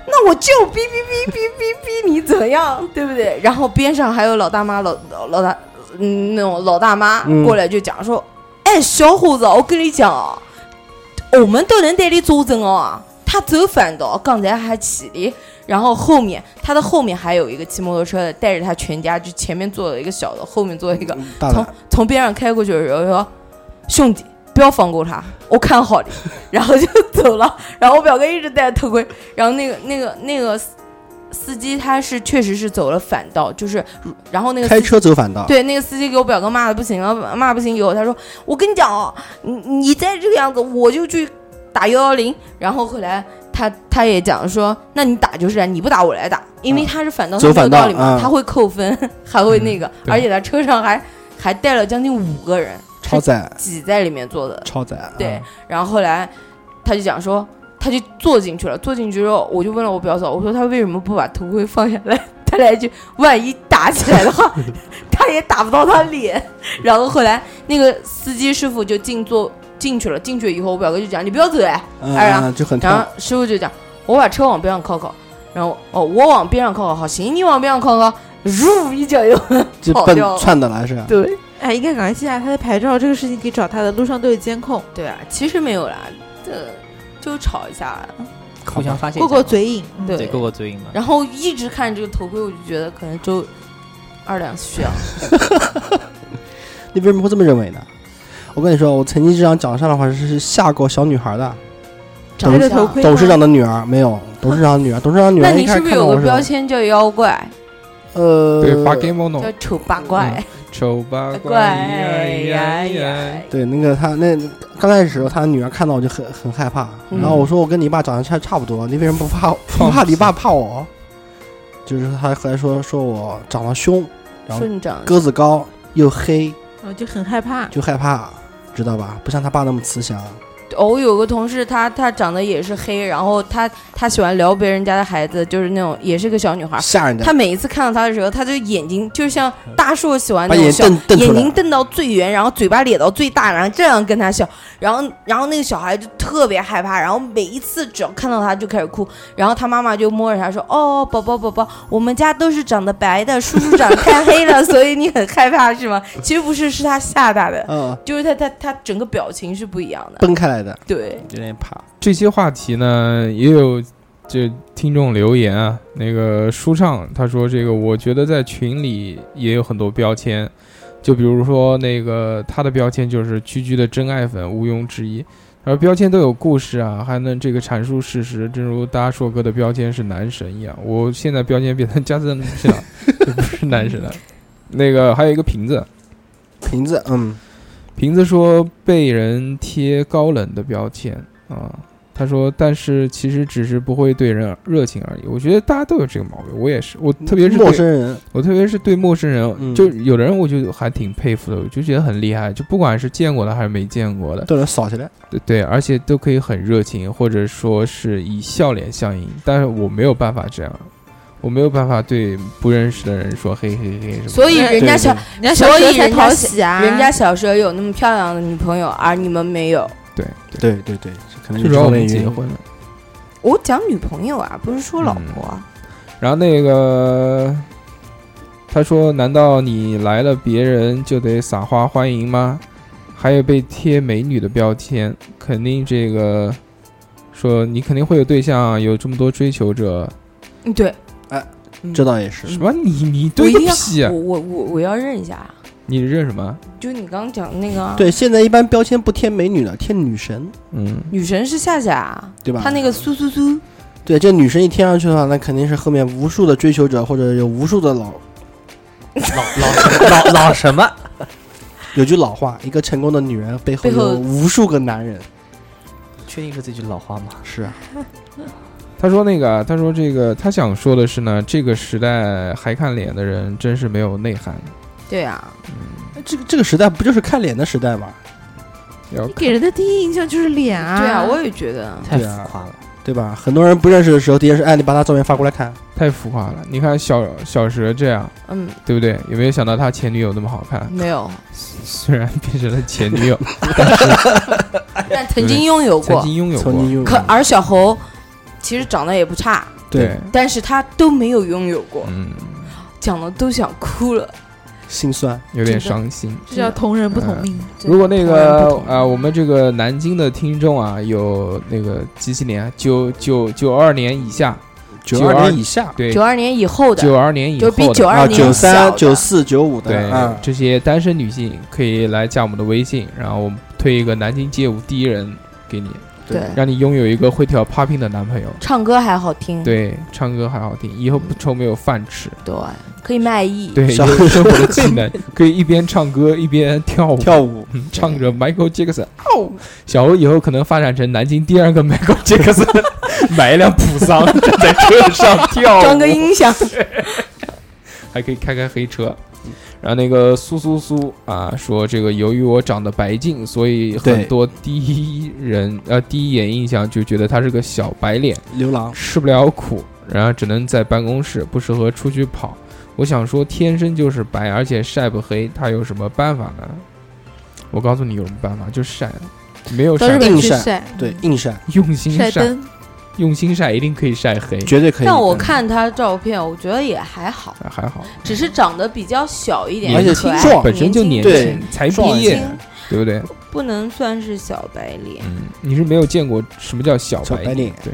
那我就哔哔哔哔哔哔，你怎么样， 对不对？”然后边上还有老大妈、老老老大，嗯，那种老大妈嗯过来就讲说：“哎，小伙子，我跟你讲啊，我们都能对你作证哦。他走反道，刚才还骑的，然后后面他的后面还有一个骑摩托车的，带着他全家，就前面坐了一个小的，后面坐了一个嗯大从的，从边上开过去的时候说：“兄弟，不要放过他，我看好你。”然后就走了。然后我表哥一直戴着头盔，然后那个那个那个司司机他是确实是走了反道，就是然后那个司开机车走反道，对那个司机给我表哥骂的不行了，骂不行以后他说：“我跟你讲哦，你你再这个样子，我就去打幺幺零。”然后后来。他他也讲说，那你打就是啊，你不打我来打，因为嗯他是反倒走他没有反道道理嘛，嗯他会扣分，还会那个，对而且他车上还还带了将近五个人，超载挤在里面坐的。超载，对，然后后来他就讲说，他就坐进去了。坐进去之后，我就问了我表嫂，我说他为什么不把头盔放下来？他来一句，万一打起来的话，他也打不到他脸。然后后来那个司机师傅就进座进去了。进去以后，我表哥就讲，你不要走哎。嗯哎呀嗯，就很然后跳，师傅就讲，我把车往边上靠靠。然后哦，我往边上靠靠，好行，你往边上靠靠，入一脚油， 就跑奔掉了窜的来是吧。哦对。哎，应该赶快记下他的牌照，这个事情可以找他的，路上都有监控，对啊，其实没有啦，这就吵一下，啊互相发泄一下过过嘛，嘴瘾。嗯对对，过过嘴瘾嘛。然后一直看这个头盔，我就觉得可能周二两需要。你为什么会这么认为呢？我跟你说，我曾经这张讲上的话是吓过小女孩的，长戴相着头盔吗，董事长的女儿没有，董事长的女儿，董事长的女那儿一你开是始不看是到有我个是吧标签叫妖怪，呃，对八 g a m o n o 叫丑八怪？嗯 丑八怪哎怪哎呀呀呀呀！！对，那个他那刚开始时候，他女儿看到我就很很害怕，嗯然后我说我跟你爸长得差差不多，你为什么不怕我？放不怕你屁爸怕我？ 就是他后来说说我长得凶，然后说你长得个子高又黑，我就很害怕。就害怕，知道吧？不像他爸那么慈祥。我哦有个同事，她她长得也是黑，然后她她喜欢撩别人家的孩子，就是那种也是个小女孩。吓人的她，每一次看到她的时候，她就眼睛就像大树喜欢把那种眼小瞪瞪出眼来睛，瞪到最圆，然后嘴巴咧到最大，然后这样跟他笑，然后然后那个小孩就特别害怕，然后每一次只要看到他就开始哭，然后他妈妈就摸着他说：“哦，宝宝宝宝，我们家都是长得白的，叔叔长得太黑了，所以你很害怕是吗？”其实不是，是他吓大的，嗯，就是他他他整个表情是不一样的。崩开来的，对，有点怕。这些话题呢，也有这听众留言啊。那个舒畅他说：“这个我觉得在群里也有很多标签，就比如说那个他的标签就是区区的真爱粉，毋庸置疑。而标签都有故事啊，还能这个阐述事实，正如大硕哥的标签是男神一样。我现在标签变成加森这样，就不是男神了。那个还有一个瓶子，瓶子，嗯，瓶子说被人贴高冷的标签啊，他说，但是其实只是不会对人热情而已。我觉得大家都有这个毛病，我也是，我特别是对嗯陌生人，我特别是对陌生人，嗯就有的人我就还挺佩服的，我就觉得很厉害，就不管是见过的还是没见过的，都能扫起来。对对，而且都可以很热情，或者说是以笑脸相迎。但是我没有办法这样，我没有办法对不认识的人说嘿嘿嘿什么的。所以人家对小对人家所小以时候才人家讨小喜啊，人家小时候有那么漂亮的女朋友，而你们没有。对对，对对对，这可能就是有这我类们原结因婚了。我讲女朋友啊，不是说老婆啊。然后那个他说：“难道你来了，别人就得撒花欢迎吗？”还有被贴美女的标签，肯定这个说你肯定会有对象，有这么多追求者，嗯，对，这倒也是。什么你你我对一个定要屁啊，嗯我我我我要认一下啊，你认什么？就你刚刚讲的那个啊对，现在一般标签不贴美女了，贴女神，嗯，女神是夏夏啊，对吧她那个苏苏苏，对，这女神一贴上去的话，那肯定是后面无数的追求者，或者有无数的老，老老什么？有句老话，一个成功的女人背后背后有无数个男人。确定是这句老话 吗？是啊，他说那个啊，他说这个，他想说的是呢，这个时代还看脸的人真是没有内涵，对啊，这个这个时代不就是看脸的时代吗？要给人的第一印象就是脸啊，对啊，我也觉得，太对啊浮夸了。对吧？很多人不认识的时候，第一是哎，你把他照片发过来看，太浮夸了。你看小小蛇这样，嗯，对不对？有没有想到他前女友那么好看？没有，虽然变成了前女 友，但曾经拥有曾过，经拥有曾经过，拥有可而小猴其实长得也不差，对，但是她都没有拥有过，嗯，讲的都想哭了，心酸。有点伤心。这叫同人不同命。哎真如的果那同人个不同啊，我们这个南京的听众啊，有那个几几年啊，九九九二年以下，九92二年以下，对，九二年以后九的，二年以就比后九的，二啊，年九小三、的九四、九五的对啊，这些单身女性可以来加我们的微信，然后我们推一个南京街舞第一人给你，对，让你拥有一个会跳 popping 的男朋友。唱歌还好听，对，唱歌还好听，以后不愁没有饭吃。对，可以卖艺，对，小有生活的技 能，可以一边唱歌一边跳舞。跳舞嗯唱着 Michael Jackson，哦，小欧以后可能发展成南京第二个 Michael Jackson，买一辆普 桑，站在车上跳舞，装个音响，还可以开开黑车。然后那个苏苏苏啊，说这个由于我长得白净，所以很对多第一人呃第一眼印象就觉得他是个小白脸，牛郎，吃不了苦，然后只能在办公室，不适合出去跑。我想说，天生就是白，而且晒不黑，他有什么办法呢？我告诉你有什么办法，就晒，没有到晒日本去硬晒晒，对，嗯硬晒用心晒晒，灯，用心晒一定可以晒黑，绝对可以。但我看她照片，我觉得也还好，啊还好，只是长得比较小一点，而且可爱壮本身就年年轻，对才壮毕一业点，对不对？不能算是小白脸。嗯，你是没有见过什么叫小白小白脸对。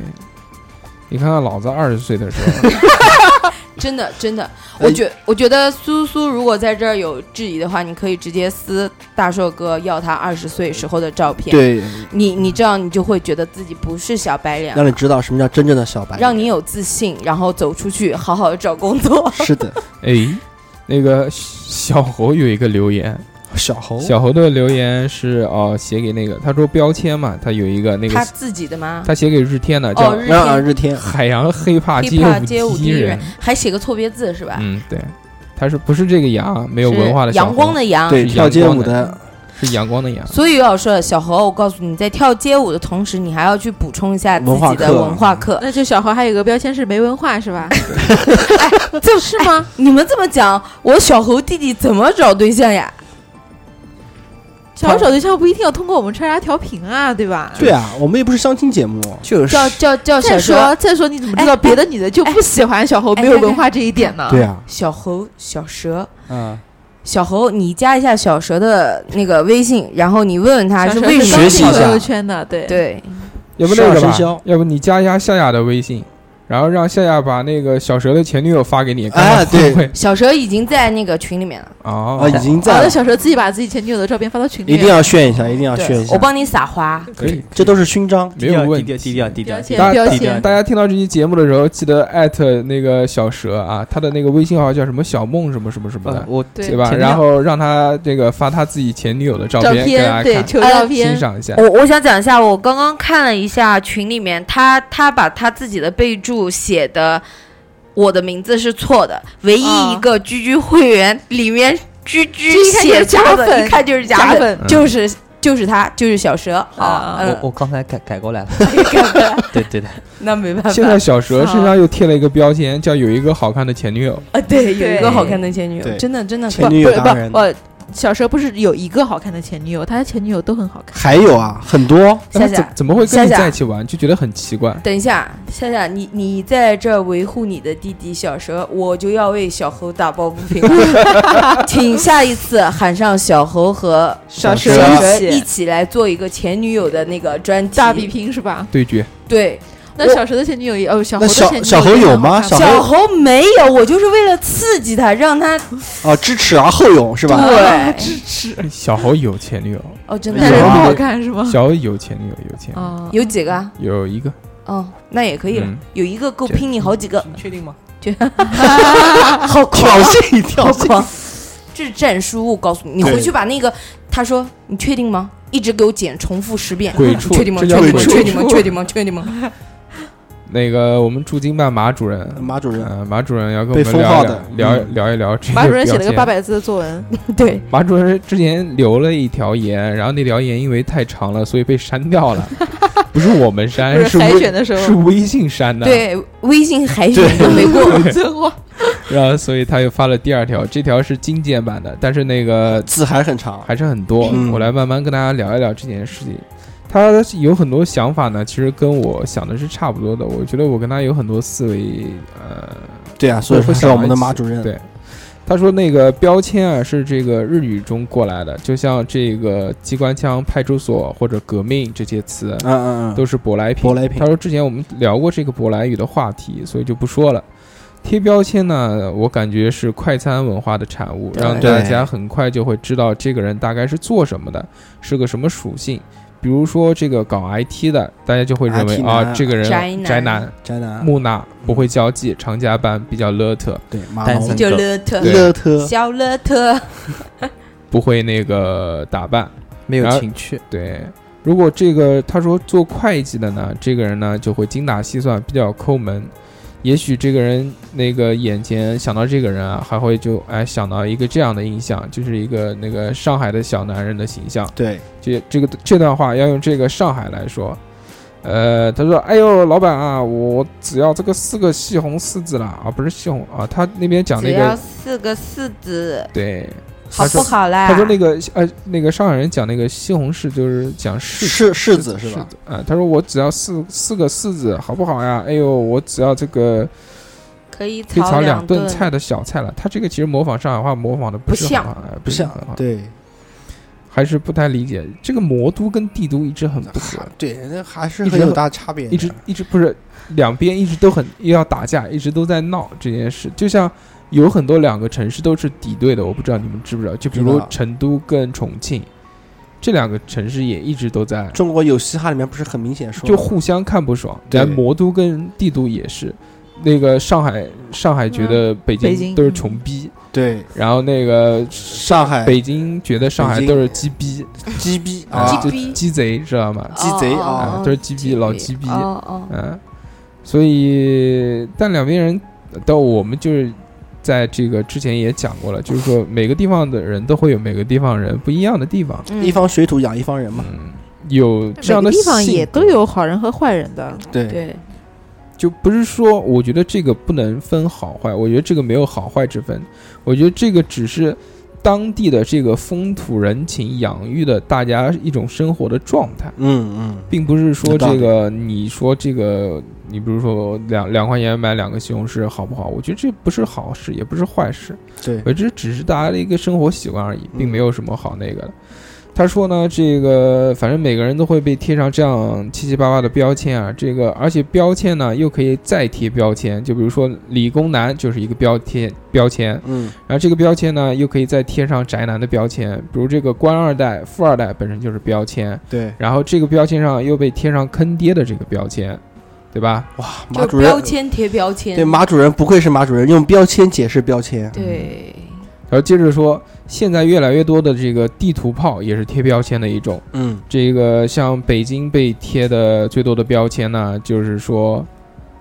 你看看老子二十岁的时候，真的真的，呃我觉我觉得苏苏如果在这儿有质疑的话，你可以直接撕大硕哥要他二十岁时候的照片。，对，你你这样你就会觉得自己不是小白脸让你了，知道什么叫真正的小白，让你有自信，然后走出去好好找工 作。是的，哎，那个小猴有一个留言，小猴，小猴的留言是哦，写给那个他说标签嘛，他有一个那他个自己的吗？他写给日天的哦，叫日让啊天日天，海洋黑怕街 hiphop 街舞第一一人，还写个错别字是吧？嗯嗯，对，他是不是这个洋没有是文化的小阳光猴的阳，对，是跳街阳光舞的的是阳光的阳。所以要说小何，我告诉你，在跳街舞的同时，你还要去补充一下自文化己的课文化课。那就小何还有个标签是没文化是吧？ 哎这是吗、你们这么讲，我小猴弟弟怎么找对象呀？小何找对象不一定要通过我们叉叉调频啊，对吧？哎对啊，我们又不是相亲节目，就是叫叫叫再小说说再说，你怎么知道哎别的女的就不喜欢小侯哎没有文化这一点呢？对啊，小猴小蛇嗯，小猴，你加一下小蛇的那那个微信，然后你问问他小是蛇为是什刚么学习一进下朋友圈的，对，对，要不那个十二吧生肖，要不你加一下夏夏的微信，然后让夏夏把那个小蛇的前女友发给你，看哎看会不会小蛇已经在那个群里面了。哦啊，已经好在的，了，小蛇自己把自己前女友的照片发到群里，一定要炫一下，一定要炫对一，下我，帮你撒花。可以，这都是勋章，没有问题。低调低调标低签调大标低调签。大家听到这期节目的时候，记得艾特那个小蛇啊，他的那个微信号叫什么小梦什么什么什么呃啊的，我对对吧？前面然后让他这个发他自己前女友的照照给大片家对，看，求照欣片，赏一下。我我想讲一下，我刚刚看了一下群里面，他他把他自己的备注写的，我的名字是错的，唯一一个居居会员里面居居这写错一看就是假的，粉一看就是假假粉，粉嗯就是就是他，就是小蛇。好啊，我嗯，我刚才改改过来了，对对对， 那没办现法在小蛇身上又贴了一个标签，叫有一个好看的前女友。啊，对，有对一个好看的前女友对，真的真的前女友不不当然不，呃小蛇不是有一个好看的前女友，他的前女友都很好看。还有啊，很多，那他夏怎夏，哎怎么会跟夏你夏在一起玩，就觉得很奇怪。等一下，夏夏，你你在这儿维护你的弟弟小蛇，我就要为小猴打抱不平了。 请下一次喊上小猴和小蛇小蛇蛇一起来做一个前女友的那个专题大比。拼是吧？对决，对，那小蛇的前女友也哦，小猴那的小前女友小猴也有很好吗看小猴小猴没有，我就是为了刺激他，让他啊，知耻而后勇是吧？啊对。支持，小猴有前女友，哦，真但是有不啊啊好看是吗？小猴有前女友，有前女友，啊，有几个啊？有一 个。哦，那也可以了嗯，有一个够拼你好几个，你确定吗？ 好狂啊挑衅挑好衅，狂！这是战书，我告诉你，你对回去把那个他说你确定吗？一直给我剪重复十遍，鬼畜确定吗？这确叫定吗？鬼畜确定吗？确定吗？确 定吗？那个我们驻京办马主任，马主任，呃，马主任要跟我被们封号聊一的聊聊嗯聊一聊这马主任写了标个签八百字的作文， 对，马主任之前留了一条言，然后那条言因为太长了，所以被删掉 了。不是我们不删，是是海微选的时是候，微信删的。，对，微信海选都没过，真话然后所以他又发了第二条，这条是精简版的，但是那个字还很长，还是很多。嗯我来慢慢跟大家聊一聊这件事情。他有很多想法呢，其实跟我想的是差不多的。我觉得我跟他有很多思维，呃，对啊，所以说是我们的马主任，对他说那个标签啊是这个日语中过来的，就像这个机关枪、派出所或者革命这些词，嗯嗯嗯，都是舶来品。舶来品他说之前我们聊过这个舶来语的话题，所以就不说了。贴标签呢，我感觉是快餐文化的产物，对让大家很快就会知道这个人大概是做什么的，是个什么属性。比如说这个搞 IT 的，大家就会认为 IT 啊，男这个人宅男宅男、宅男，木讷、不会交际、常加班、比较邋遢，对马单龙身，就乐特，对乐特，小乐特，不会那个打扮。没有然后情趣，对，如果这个他说做会计的呢，这个人呢就会精打细算，比较抠门。也许这个人那个眼前想到这个人啊，还会就哎想到一个这样的印象，就是一个那个上海的小男人的形象。对，这这个这段话要用这个上海来说。呃，他说：“哎呦，老板啊，我只要这个四个西红柿子啦，啊，不是西红啊，他那边讲只那要个四个四字，对，好不好啦？他说那个呃，那个上海人讲那个西红柿就是讲柿子柿柿子是吧？啊、他说我只要四四个柿子，好不好呀？哎呦，我只要这个可以可以炒两两顿顿菜的小菜了。他这个其实模仿上海话模仿的不是很好，哎不是像很好，对，还是不太理解这个魔都跟帝都一直很不合，对，那还是一直很有大差别的，一直一直不是两边一直都很又要打架，一直都在闹这件事，就像。有很多两个城市都是敌对的，我不知道你们知不知道？就比知如道成都跟重庆，这两个城市也一直都在中国有嘻哈里面不是很明显说就吗互相看不爽。对然后魔都跟帝都也是，那个上海上海觉得北嗯北京京嗯都是穷逼，对然后那个上海北京觉得上海哎北京都是鸡逼鸡逼啊啊，，就鸡逼鸡贼知道吗？哦鸡贼啊哦啊，都是鸡逼老鸡逼，啊哦哦，嗯，所以但两边人，但我们就是在这个之前也讲过了，就是说每个地方的人都会有每个地方人不一样的地方，嗯一方水土养一方人嘛。嗯，有这样每的个地方性也格都有好人和坏人的，对，对，就不是说我觉得这个不能分好坏，我觉得这个没有好坏之分，我觉得这个只是当地的这个风土人情养育的大家一种生活的状态。嗯嗯，并不是说有道这理个，你说这个，你比如说两两块钱买两个西红柿好不好？我觉得这不是好事，也不是坏事，对，我觉得这只是大家的一个生活习惯而已，并嗯没有什么好那个的。他说呢，这个反正每个人都会被贴上这样七七八八的标签啊，这个而且标签呢又可以再贴标签，就比如说理工男就是一个标签标签，嗯然后这个标签呢又可以再贴上宅男的标签，比如这个官二代、富二代本身就是标签，对，然后这个标签上又被贴上坑爹的这个标签，对吧？哇，马就主标任，签贴标签，对马主任不愧是马主任，用标签解释标签。对然后接着说，现在越来越多的这个地图炮也是贴标签的一种。嗯，这个像北京被贴的最多的标签呢，就是说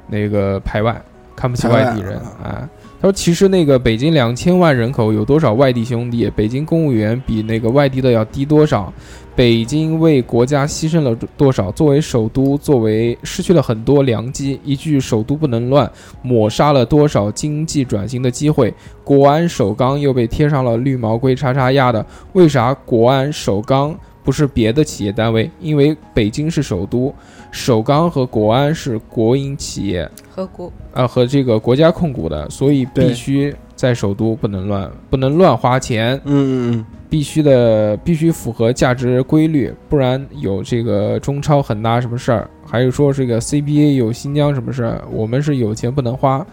那个排外，看不起外地人排外啊。他说，其实那个北京两千万人口有多少外地兄弟？北京公务员比那个外地的要低多少？北京为国家牺牲了多少？作为首都，作为失去了很多良机。一句“首都不能乱”，抹杀了多少经济转型的机会？国安首钢又被贴上了绿毛龟叉叉压的，为啥国安首钢不是别的企业单位？因为北京是首都，首钢和国安是国营企业，和国啊，和这个国家控股的，所以必对须在首都不能乱，不能乱花钱，嗯嗯必须的，必须符合价值规律，不然有这个中超恒大什么事儿，还有说这个 CBA 有新疆什么事儿，我们是有钱不能花。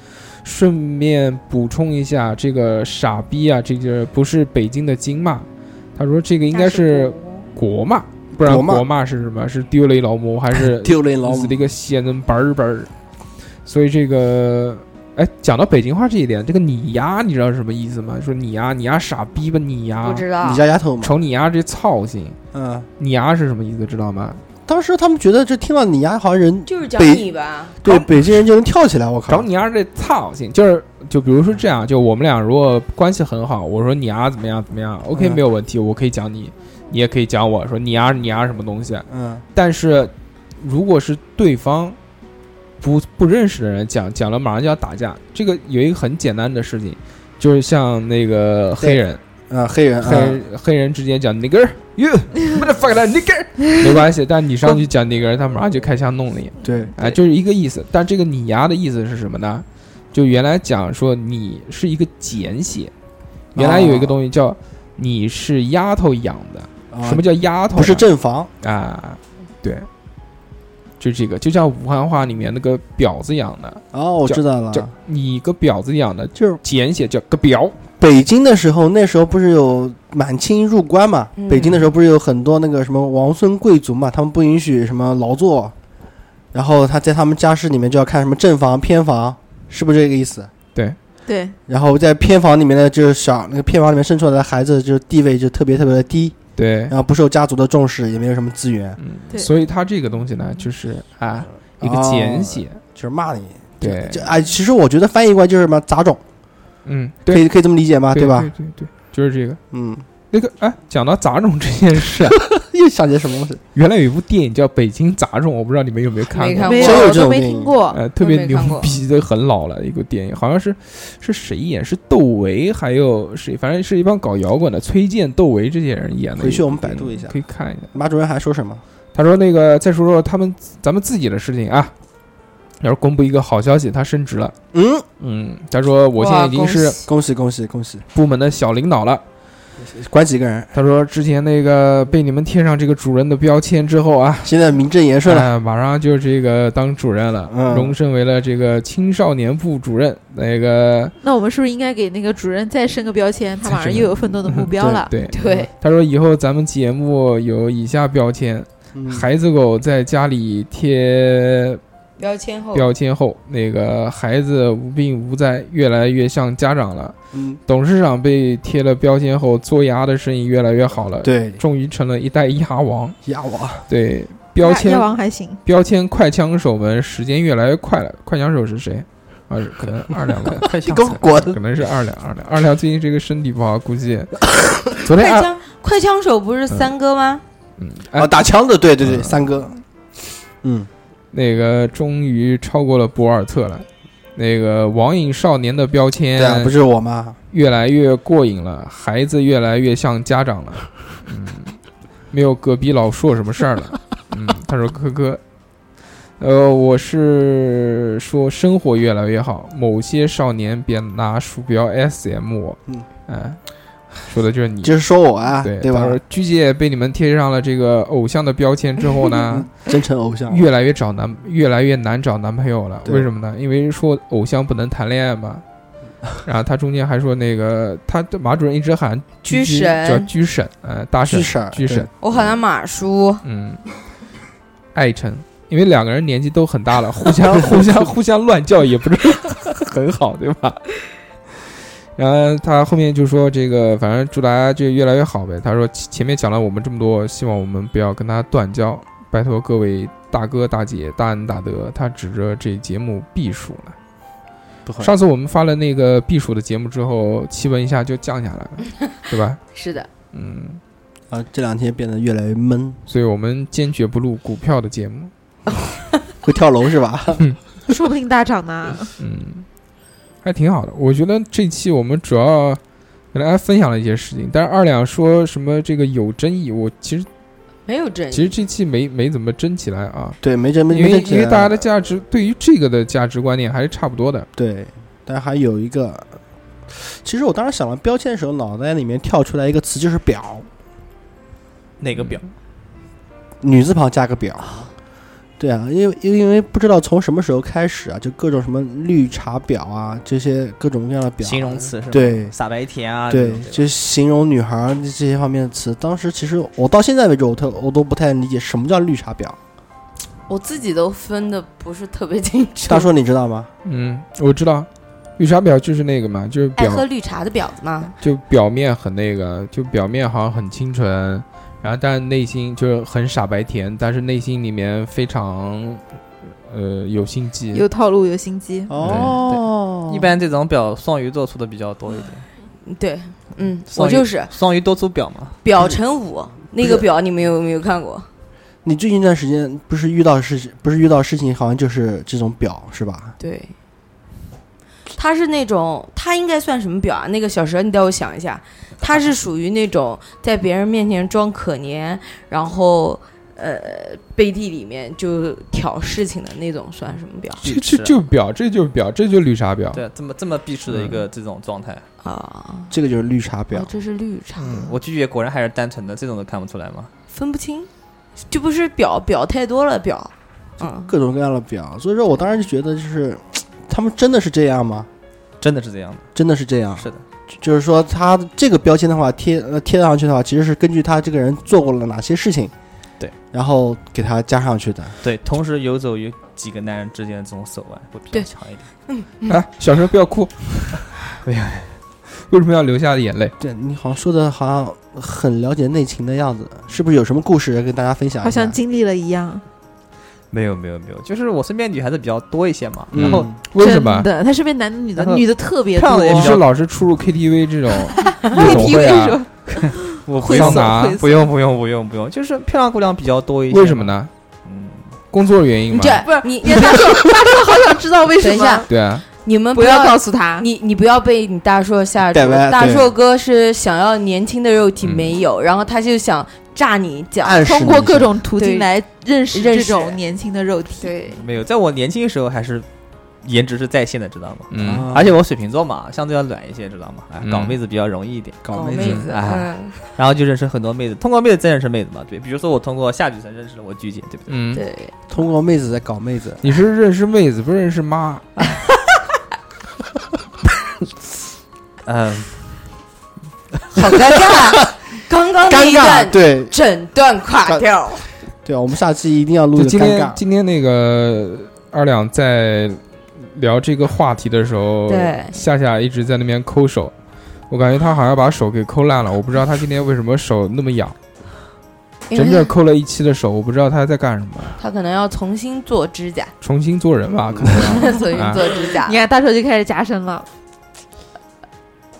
顺便补充一下，这个傻逼啊，这个不是北京的金骂，他说这个应该是国骂，不然国骂国骂是什么？是丢雷老母还是嗯， 丢了一老老子母的一个仙人板儿板儿。所以这个，哎，讲到北京话这一点，这个你呀，你知道是什么意思吗？说你呀，你呀，傻逼吧你不呀，知道啊你家丫头嘛。瞅你呀这操性，嗯，你呀是什么意思？知道吗？当时他们觉得这听到你丫好像人就是讲北你吧，对北京人就能跳起来，我找靠！你丫这操性，就是就比如说这样，就我们俩如果关系很好，我说你丫怎么样怎么样，OK、嗯没有问题，我可以讲你，你也可以讲我说你呀你呀什么东西。嗯，但是如果是对方不不认识的人讲讲了，马上就要打架，这个有一个很简单的事情，就是像那个黑人，啊，黑人，黑啊人、黑人之间讲 nigger you motherfucker nigger 没关系，但你上去讲 nigger，他马上就开枪弄你，对，哎，就是一个意思。但这个你牙的意思是什么呢？就原来讲说你是一个简写，原来有一个东西叫你是丫头养的，啊什么叫丫头？不是正房？啊，对，就这个，就像武汉话里面那个婊子养的，哦，我叫知道了，叫你个婊子养的，就是简写叫个婊，北京的时候，那时候不是有满清入关嘛？嗯北京的时候不是有很多那个什么王孙贵族嘛，他们不允许什么劳作，然后他在他们家室里面就要看什么正房、偏房，是不是这个意思？对，然后在偏房里面呢，就是小那个偏房里面生出来的孩子，就是地位就特别特别的低，对然，后不受家族的重视，也没有什么资源，嗯，对所以它这个东西呢，就是啊，一哦个简写，就是骂你。对就，哎，其实我觉得翻译过来就是什么杂种，嗯，可对，以可以这么理解吗？对吧？对对对，就是这个。 嗯，那个哎，讲到杂种这件事 啊，又想起什么东西？原来有一部电影叫《北京杂种》，我不知道你们有没有看没过看，没过有真有我这都种没电影听过，呃，特别没牛看过逼的，很老了一个电影，好像是是谁演？是窦唯，还有谁？反正是一帮搞摇滚的，崔健、窦唯这些人演的一个电影。回去我们百度一下可以看一下。马主任还说什么？他说那个再说说他们咱们自己的事情啊，要是公布一个好消息，他升职了。嗯，嗯，他说我现在已经是恭喜恭喜恭喜！部门的小领导了。管几个人？他说之前那个被你们贴上这个主任的标签之后啊，现在名正言顺了。啊，马上就这个当主任了，嗯荣升为了这个青少年部主任。那个那我们是不是应该给那个主任再升个标签？他马再上升又有奋斗的目标了。对，对，他说以后咱们节目有以下标签：嗯孩子狗在家里贴标签后标签后，那个孩子无病无灾，越来越像家长了。嗯，董事长被贴了标签后，做牙的生意越来越好了，，对，终于成了一代牙王。压我，对，标那签药王还行，标签快枪手们时间越来越快了。快枪手是谁？二可能二两吧， 快你吓给我死了滚可能是二两，二两，二两最近这个身体不好，估计 昨天快二枪快枪手不是三哥吗？哎啊嗯，哎啊！打枪的，对对对，嗯三哥，嗯，那个终于超过了博尔特了。那个网瘾少年的标签对啊，不是我吗？越来越过瘾了，孩子越来越像家长了，嗯，没有隔壁老说什么事儿 了，嗯，他说科科，呃，我是说生活越来越好，某些少年别拿鼠标 SM 我，嗯，哎，说的就是你，就是说我啊，嗯对对他吧说？鞠姐被你们贴上了这个偶像的标签之后呢，真诚偶像，越来越找男，越来越难找男朋友了。对为什么呢？因为说偶像不能谈恋爱嘛。然后他中间还说那个，他马主任一直喊居居神叫居神，呃，大神巨，婶，巨婶，我喊他马叔，嗯，爱晨，因为两个人年纪都很大了，互相互相互相乱叫也不是很好，对吧？然后他后面就说这个，反正祝大家这越来越好呗。他说前前面讲了我们这么多，希望我们不要跟他断交，拜托各位大哥大姐大恩大德。他指着这节目避暑呢。不会上次我们发了那个避暑的节目之后，气温一下就降下来了，对吧？是的，嗯，啊，这两天变得越来越闷，所以我们坚决不录股票的节目。会跳楼是吧？说不定大涨呢。嗯，还挺好的。我觉得这期我们主要给大家分享了一些事情，但是二两说什么这个有争议，我其实没有正其实义，这期没没怎么争起来啊， 对，没这没因为没这因为大家的价值对于这个的价值观念还是差不多的。对，但还有一个，其实我当时想到标签的时候，脑袋里面跳出来一个词就是表，哪个表？女字旁加个表。对啊，因为因为因为不知道从什么时候开始啊，就各种什么绿茶婊啊，这些各种各样的表，形容词是吧？对傻白甜啊，对这，种就形容女孩儿这些方面的词。当时其实我到现在为止，我特我都不太理解什么叫绿茶婊。我自己都分的不是特别清楚。大叔，你知道吗？嗯，我知道，绿茶婊就是那个嘛，就是爱表喝绿茶的婊子吗？就表面很那个，就表面好像很清纯，然后但内心就是很傻白甜，但是内心里面非常呃有心机，有套路，有心机。哦哎一般这种表双鱼座出的比较多一点，对，嗯，双我鱼就是双鱼多出表嘛。表成五那个表，你们有没有看过？你最近一段时间不是遇到事情，不是遇到事情，好像就是这种表是吧？对，他是那种，他应该算什么表啊？那个小蛇，你带我想一下，他是属于那种在别人面前装可怜，然后呃背地里面就挑事情的那种，算什么表这这就表，这就表，这就绿茶婊。对，这么这么避世的一个这种状态，啊？这个就是绿茶婊哦，。这是绿茶，嗯我拒绝果然还是单纯的，这种都看不出来吗？分不清，就不是表，表太多了，表，嗯，各种各样的表，所以说我当时就觉得，就是他们真的是这样吗？真的是这样的，真的是这样？是的，就就是说，他这个标签的话贴呃贴上去的话，其实是根据他这个人做过了哪些事情，对，然后给他加上去的。对。同时游走于几个男人之间的这种手腕会比较对强一点。哎，小时候不要 哭。哎呀，为什么要流下眼泪？对你好像说的好像很了解内情的样子，是不是有什么故事要跟大家分享一下？好像经历了一样，没有没有没有，就是我身边女孩子比较多一些嘛，嗯然后为什么真？的，他身边男的女的然，后女的特别漂多亮也你比 较是老是出入 KTV 这种夜总 KTV 会是啊？吧？我不会用送拿会送不用不用不用不用，就是漂亮姑娘比较多一些。为什么？呢？嗯，工作原因你吗这？不是你你大叔，大叔好想知道为什等一下么，对啊，你们不要告诉他。你你不要被你大硕吓住带歪，大对硕哥是想要年轻的肉体嗯没有，然后他就想炸你一脚，暗示通过各种种途对径来认识认这识种年轻的肉体，对，没有，在我年轻的时候还是颜值是在线的，知道吗？啊嗯，而且我水瓶座嘛，相对要软一些，知道吗？哎嗯，搞妹子比较容易一点，搞妹妹子子，哎嗯，然后就认识很多妹子，通过妹子再认识妹子嘛，对。比如说我通过夏雨辰认识了我鞠姐，对不对？嗯，对，通过妹子在搞妹子，你是认识妹子不认识妈？嗯，好尴尬， 刚刚那尴一尬段对整段垮掉，对啊，我们下期一定要录就个今尴天尬。今天那个二两在聊这个话题的时候，对夏夏一直在那边抠手，我感觉他好像把手给抠烂了，我不知道他今天为什么手那么痒。因整为整扣了一期的手，我不知道他在干什么，他可能要重新做指甲，重新做人嗯吧，可能 要。所以做指甲你。看大手就开始加深了，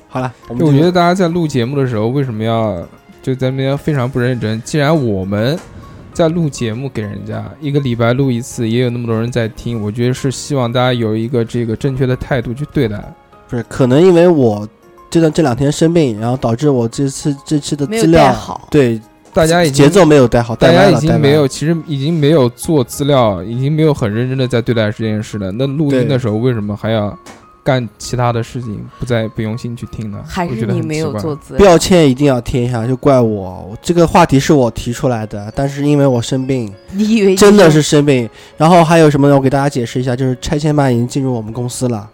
好了，我就们我觉得大家在录节目的时候，为什么要就在那边非常不认真？既然我们在录节目给人家一个礼拜录一次，也有那么多人在听，我觉得是希望大家有一个这个正确的态度去对待。不是，可能因为我这段这两天生病，然后导致我这次这期的没资有带料好，对大家已经节奏没有带好，大带家歪已了，经带没歪有，了其实已经没有做资料，已经没有很认真的在对待这件事了。那录对音的时候为什么还要干其他的事情，不再不用心去听呢？还我是觉得你很没奇有怪做资料？标签一定要贴一下，就怪我。我这个话题是我提出来的，但是因为我生病，你以为你真的是生病。然后还有什么呢？我给大家解释一下，就是拆迁办已经进入我们公司了，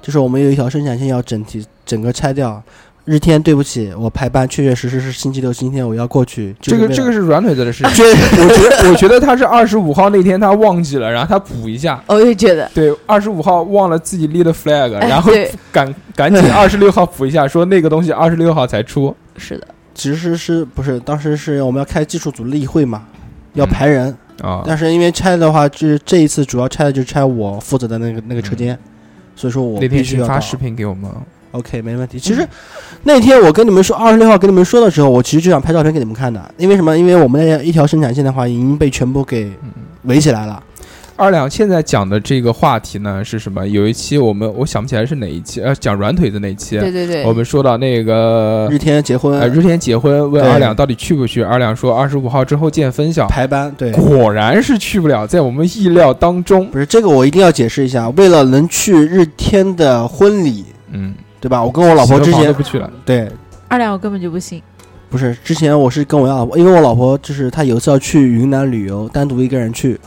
就是我们有一条生产线要整体整个拆掉。日天，对不起，我排班确确实实是星期六、星期天我要过去。就这个为了这个是软腿子的事情。这 我觉得我觉得他是二十五号那天他忘记了，然后他补一下。哦我也觉得，对，二十五号忘了自己立的 flag，哎然后对赶赶紧二十六号补一下，说那个东西二十六号才出。是的，其实是不是当时是我们要开技术组例会嘛，要嗯排人，啊，但是因为拆的话，就是这一次主要拆的就是拆我负责的那个那个车间，所以说嗯我那必天须群要发到视频嗯给我们， OK，没问题。其实那天我跟你们说二十六号跟你们说的时候，我其实就想拍照片给你们看的，因为什么？因为我们那一条生产线的话已经被全部给嗯。围起来了。二两现在讲的这个话题呢是什么？有一期我们我想不起来是哪一期，呃，讲软腿子那一期，对对对，我们说到那个日天结婚、呃日天结婚，问对二两到底去不去？二两说二十五号之后见分晓，排班，对，果然是去不了，在我们意料当中。不是这个我一定要解释一下。为了能去日天的婚礼，嗯，对吧？我跟我老婆洗头之房都前不去了，对。二两我根本就不信。不是，之前我是跟我老婆，因为我老婆就是她有一次要去云南旅游，单独一个人去，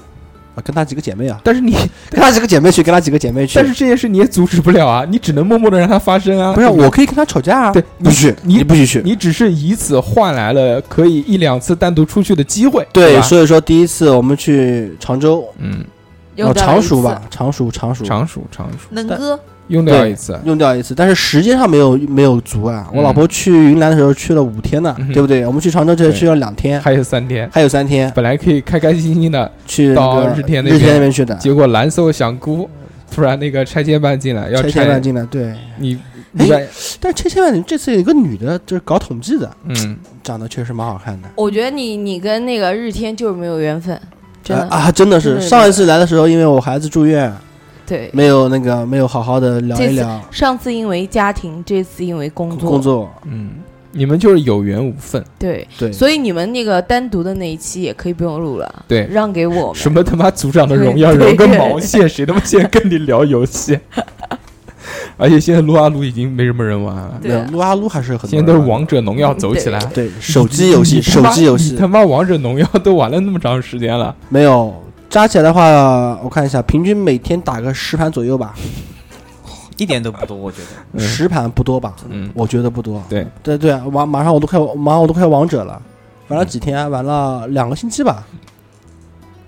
啊，跟她几个姐妹啊，但是你跟她几个姐妹去，跟她几个姐妹去。但是这件事你也阻止不了啊，你 只能默默的让它发生啊。不是，对吧我可以跟她吵架啊，对不许你你不许去。你只是以此换来了可以一两次单独出去的机会，对，吧？所以说第一次我们去常州，嗯，用掉了哦常一熟次吧，常熟常熟常数常数能哥，用掉一次，用掉一次，但是时间上没有没有足啊。嗯我老婆去云南的时候去了五天呢嗯，哼对不对？我们去常州就对去了两天，还有三天，还有三天本来可以开开心心的，去那到个日天那日天边那边去的，结果蓝搜想哭，突然那个拆迁办进来要拆迁办进来。哎对，你，你在但拆迁办这次有一个女的，就是搞统计的，嗯，长得确实蛮好看的。我觉得你你跟那个日天就是没有缘哎分，真的呃啊，真的真是的上一次来的时候，因为我孩子住院，对。没有那个没有好好的聊这一次聊上次因为家庭，这次因为工作，工作，嗯，你们就是有缘无分，对，嗯对，所以你们那个单独的那一期也可以不用录了，对让给我们。什么他妈组长的荣耀，对荣个对毛线！谁他妈现在跟你聊游戏？ 而且现在撸啊撸已经没什么人玩了，没有撸啊撸还是有很多现在人都玩的，是王者农药走起来。对手机游戏，你他手妈机游你戏他妈王者农药都玩了那么长时间了，没有加起来的话，我看一下，平均每天打个十盘左右吧，一点都不多，我觉得。嗯十盘不多吧，嗯，我觉得不多。对对对，马马上我都快马上我都快王者了，玩了几天，嗯玩了两个星期吧，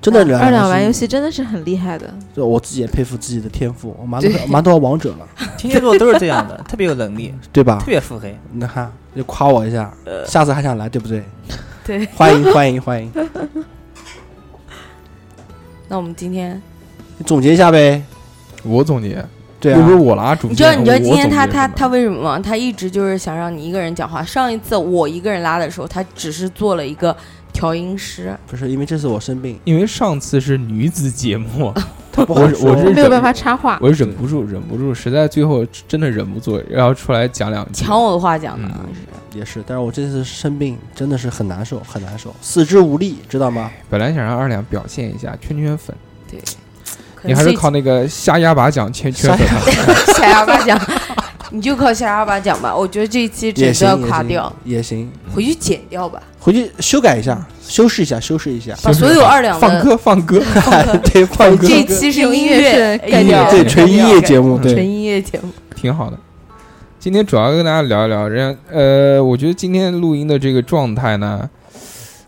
真的二两玩游戏，戏真的是很厉害的，就我自己也佩服自己的天赋，我蛮都对蛮到王者了，天蝎座都是这样的，特别有能力，对吧特？别腹黑。你看，就夸我一下，下次还想来，对不对？呃对，欢迎欢 迎欢迎！那我们今天，你总结一下呗。我总结，对又不是啊，我啦，主你知道你知道我今天他总结他什么他为什么吗？他一直就是想让你一个人讲话。上一次我一个人拉的时候，他只是做了一个调音师，不是因为这次我生病，因为上次是女子节 目，他不我好是说我是没有办法插话。我忍不住忍不住，实在最后真的忍不住要出来讲两句。抢我的话讲的。嗯也是，但是我这次生病真的是很难受，很难受，四肢无力，知道吗？本来想让二两表现一下圈圈粉，可你能还是这靠那个瞎压把奖圈圈粉吧。瞎哑巴讲， 你就靠瞎哑巴讲吧。我觉得这一期整也个行，要也垮行掉，也行，回去剪掉吧，回去修改一下，嗯修饰一下，修饰 一下。把所有二两放的歌放歌，对，放歌这，一期是用音音乐乐是干音乐掉对，纯音乐节目，纯对，音乐节目。挺好的。今天主要跟大家聊一聊，人家呃，我觉得今天录音的这个状态呢，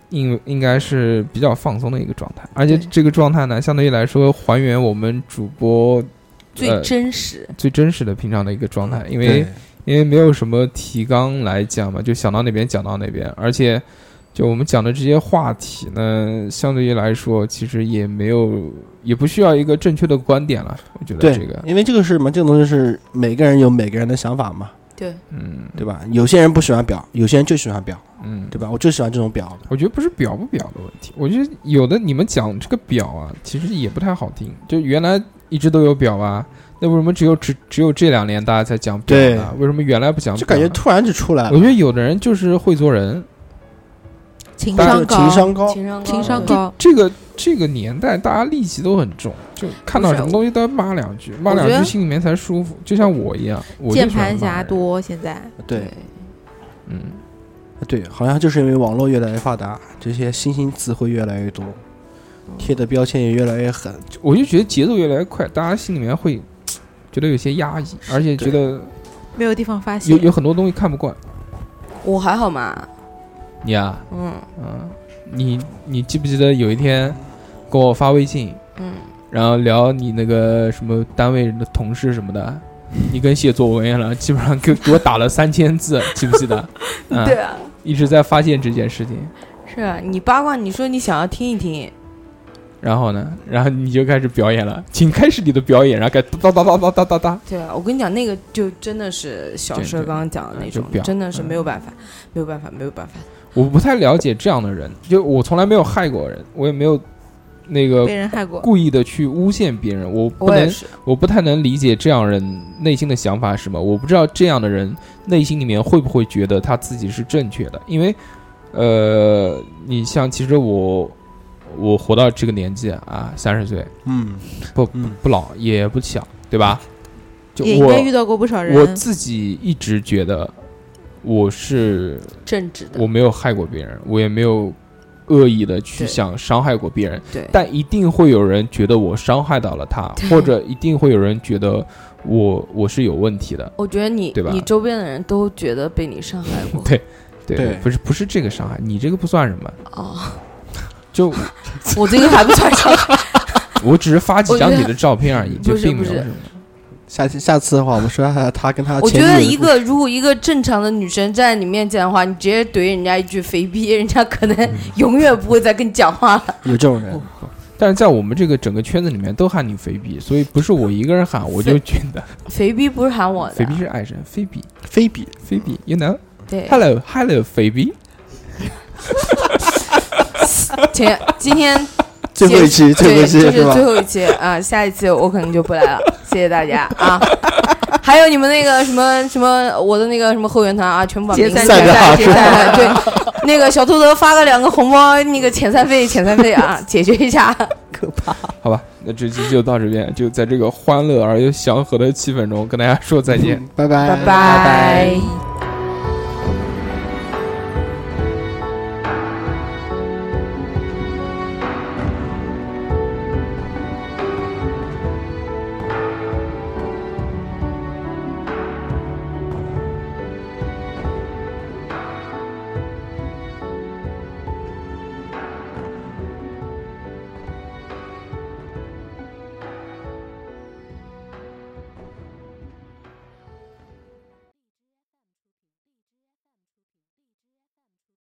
应应该是比较放松的一个状态，而且对这个状态呢，相对于来说还原我们主播最呃真实，最真实的平常的一个状态，因为对因为没有什么提纲来讲嘛，就想到哪边讲到哪边，而且就我们讲的这些话题呢，相对于来说，其实也没有，也不需要一个正确的观点了。我觉得对这个，，因为这个是什么？这个东西是每个人有每个人的想法嘛，对，嗯，对吧？有些人不喜欢表，有些人就喜欢表，嗯，对吧？我就喜欢这种表的。我觉得不是表不表的问题，我觉得有的你们讲这个表啊，其实也不太好听。就原来一直都有表啊，那为什么只有只只有这两年大家才讲表呢？为什么原来不讲就表呢？感觉突然就出来我了，觉得有的人就是会做人，情但商是高，情商高，情商高情商对高。这个这个年代，大家戾气都很重，就看到不是什么东西都要骂两句，骂我两觉句得心里面才舒服。就像我一样，我就键喜欢盘骂侠人，多，现在对嗯，对，好像就是因为网络越来越发达，这些新兴词汇越来越多，贴的标签也越来越狠。就我就觉得节奏越来越快，大家心里面会觉得有些压抑，而且觉得没有地方发泄有。有很多东西看不惯。我还好嘛，你啊，嗯嗯，你你记不记得有一天给我发微信，嗯，然后聊你那个什么单位的同事什么 的，你跟写作文一样了，基本上给给我打了三千字，记不记 得？嗯，对啊，一直在发现这件事情。是啊，你八卦，你说你想要听一听，然后呢，然后你就开始表演了，请开始你的表演，然后开始哒哒哒哒哒哒哒。对啊，我跟你讲，那个就真的是小时候刚刚讲的那对对种嗯就表，真的是没有办法，没有办法，没有办法。我不太了解这样的人，就我从来没有害过人，我也没有那个被人害过，呃故意的去诬陷别人，我不我也能，是，我不太能理解这样人内心的想法是什么。我不知道这样的人内心里面会不会觉得他自己是正确的，因为，呃，你像其实我，我活到这个年纪啊，三十岁嗯，不不嗯不老也不小，对吧？就也应我该遇到过不少人。我自己一直觉得我是正直的我，没有害过别人，我也没有恶意的去对想伤害过别人，对，但一定会有人觉得我伤害到了他，对或者一定会有人觉得我我是有问题的。我觉得你对吧，你周边的人都觉得被你伤害过对对，对不是不是这个伤害，你这个不算什么，哦，就 我这个还不算伤害，我只是发几 张你的照片而已， 我觉就得并没有不是不是什么。下次下次的话，我们说一下他跟他我啊前觉女友得的一故事个如果一个正常的女生站在你面前的话，你直接怼人家一句“肥逼”，人家可嗯能 永远不会再跟你讲话了。有这种人，哦但是在我们这个整个圈子里面都喊你肥逼，所以不是我一个人喊，我就觉得肥逼不是喊我的，肥逼是爱神，菲比菲比菲比，you know。对， Hello, hello, baby。前今天最后一期， 最后对，一期这是吧最？后一期啊，下一期我可能就不来了，谢谢大家啊。 还有你们那个什么什么，我的那个什么后援团啊，全部把解名字散散解掉散啊解散。对，那个小兔头发个两个红包，那个遣散费遣散费啊，解决一下。好吧，那这期就到这边，就在这个欢乐而又祥和的气氛中跟大家说再见。嗯拜拜拜拜。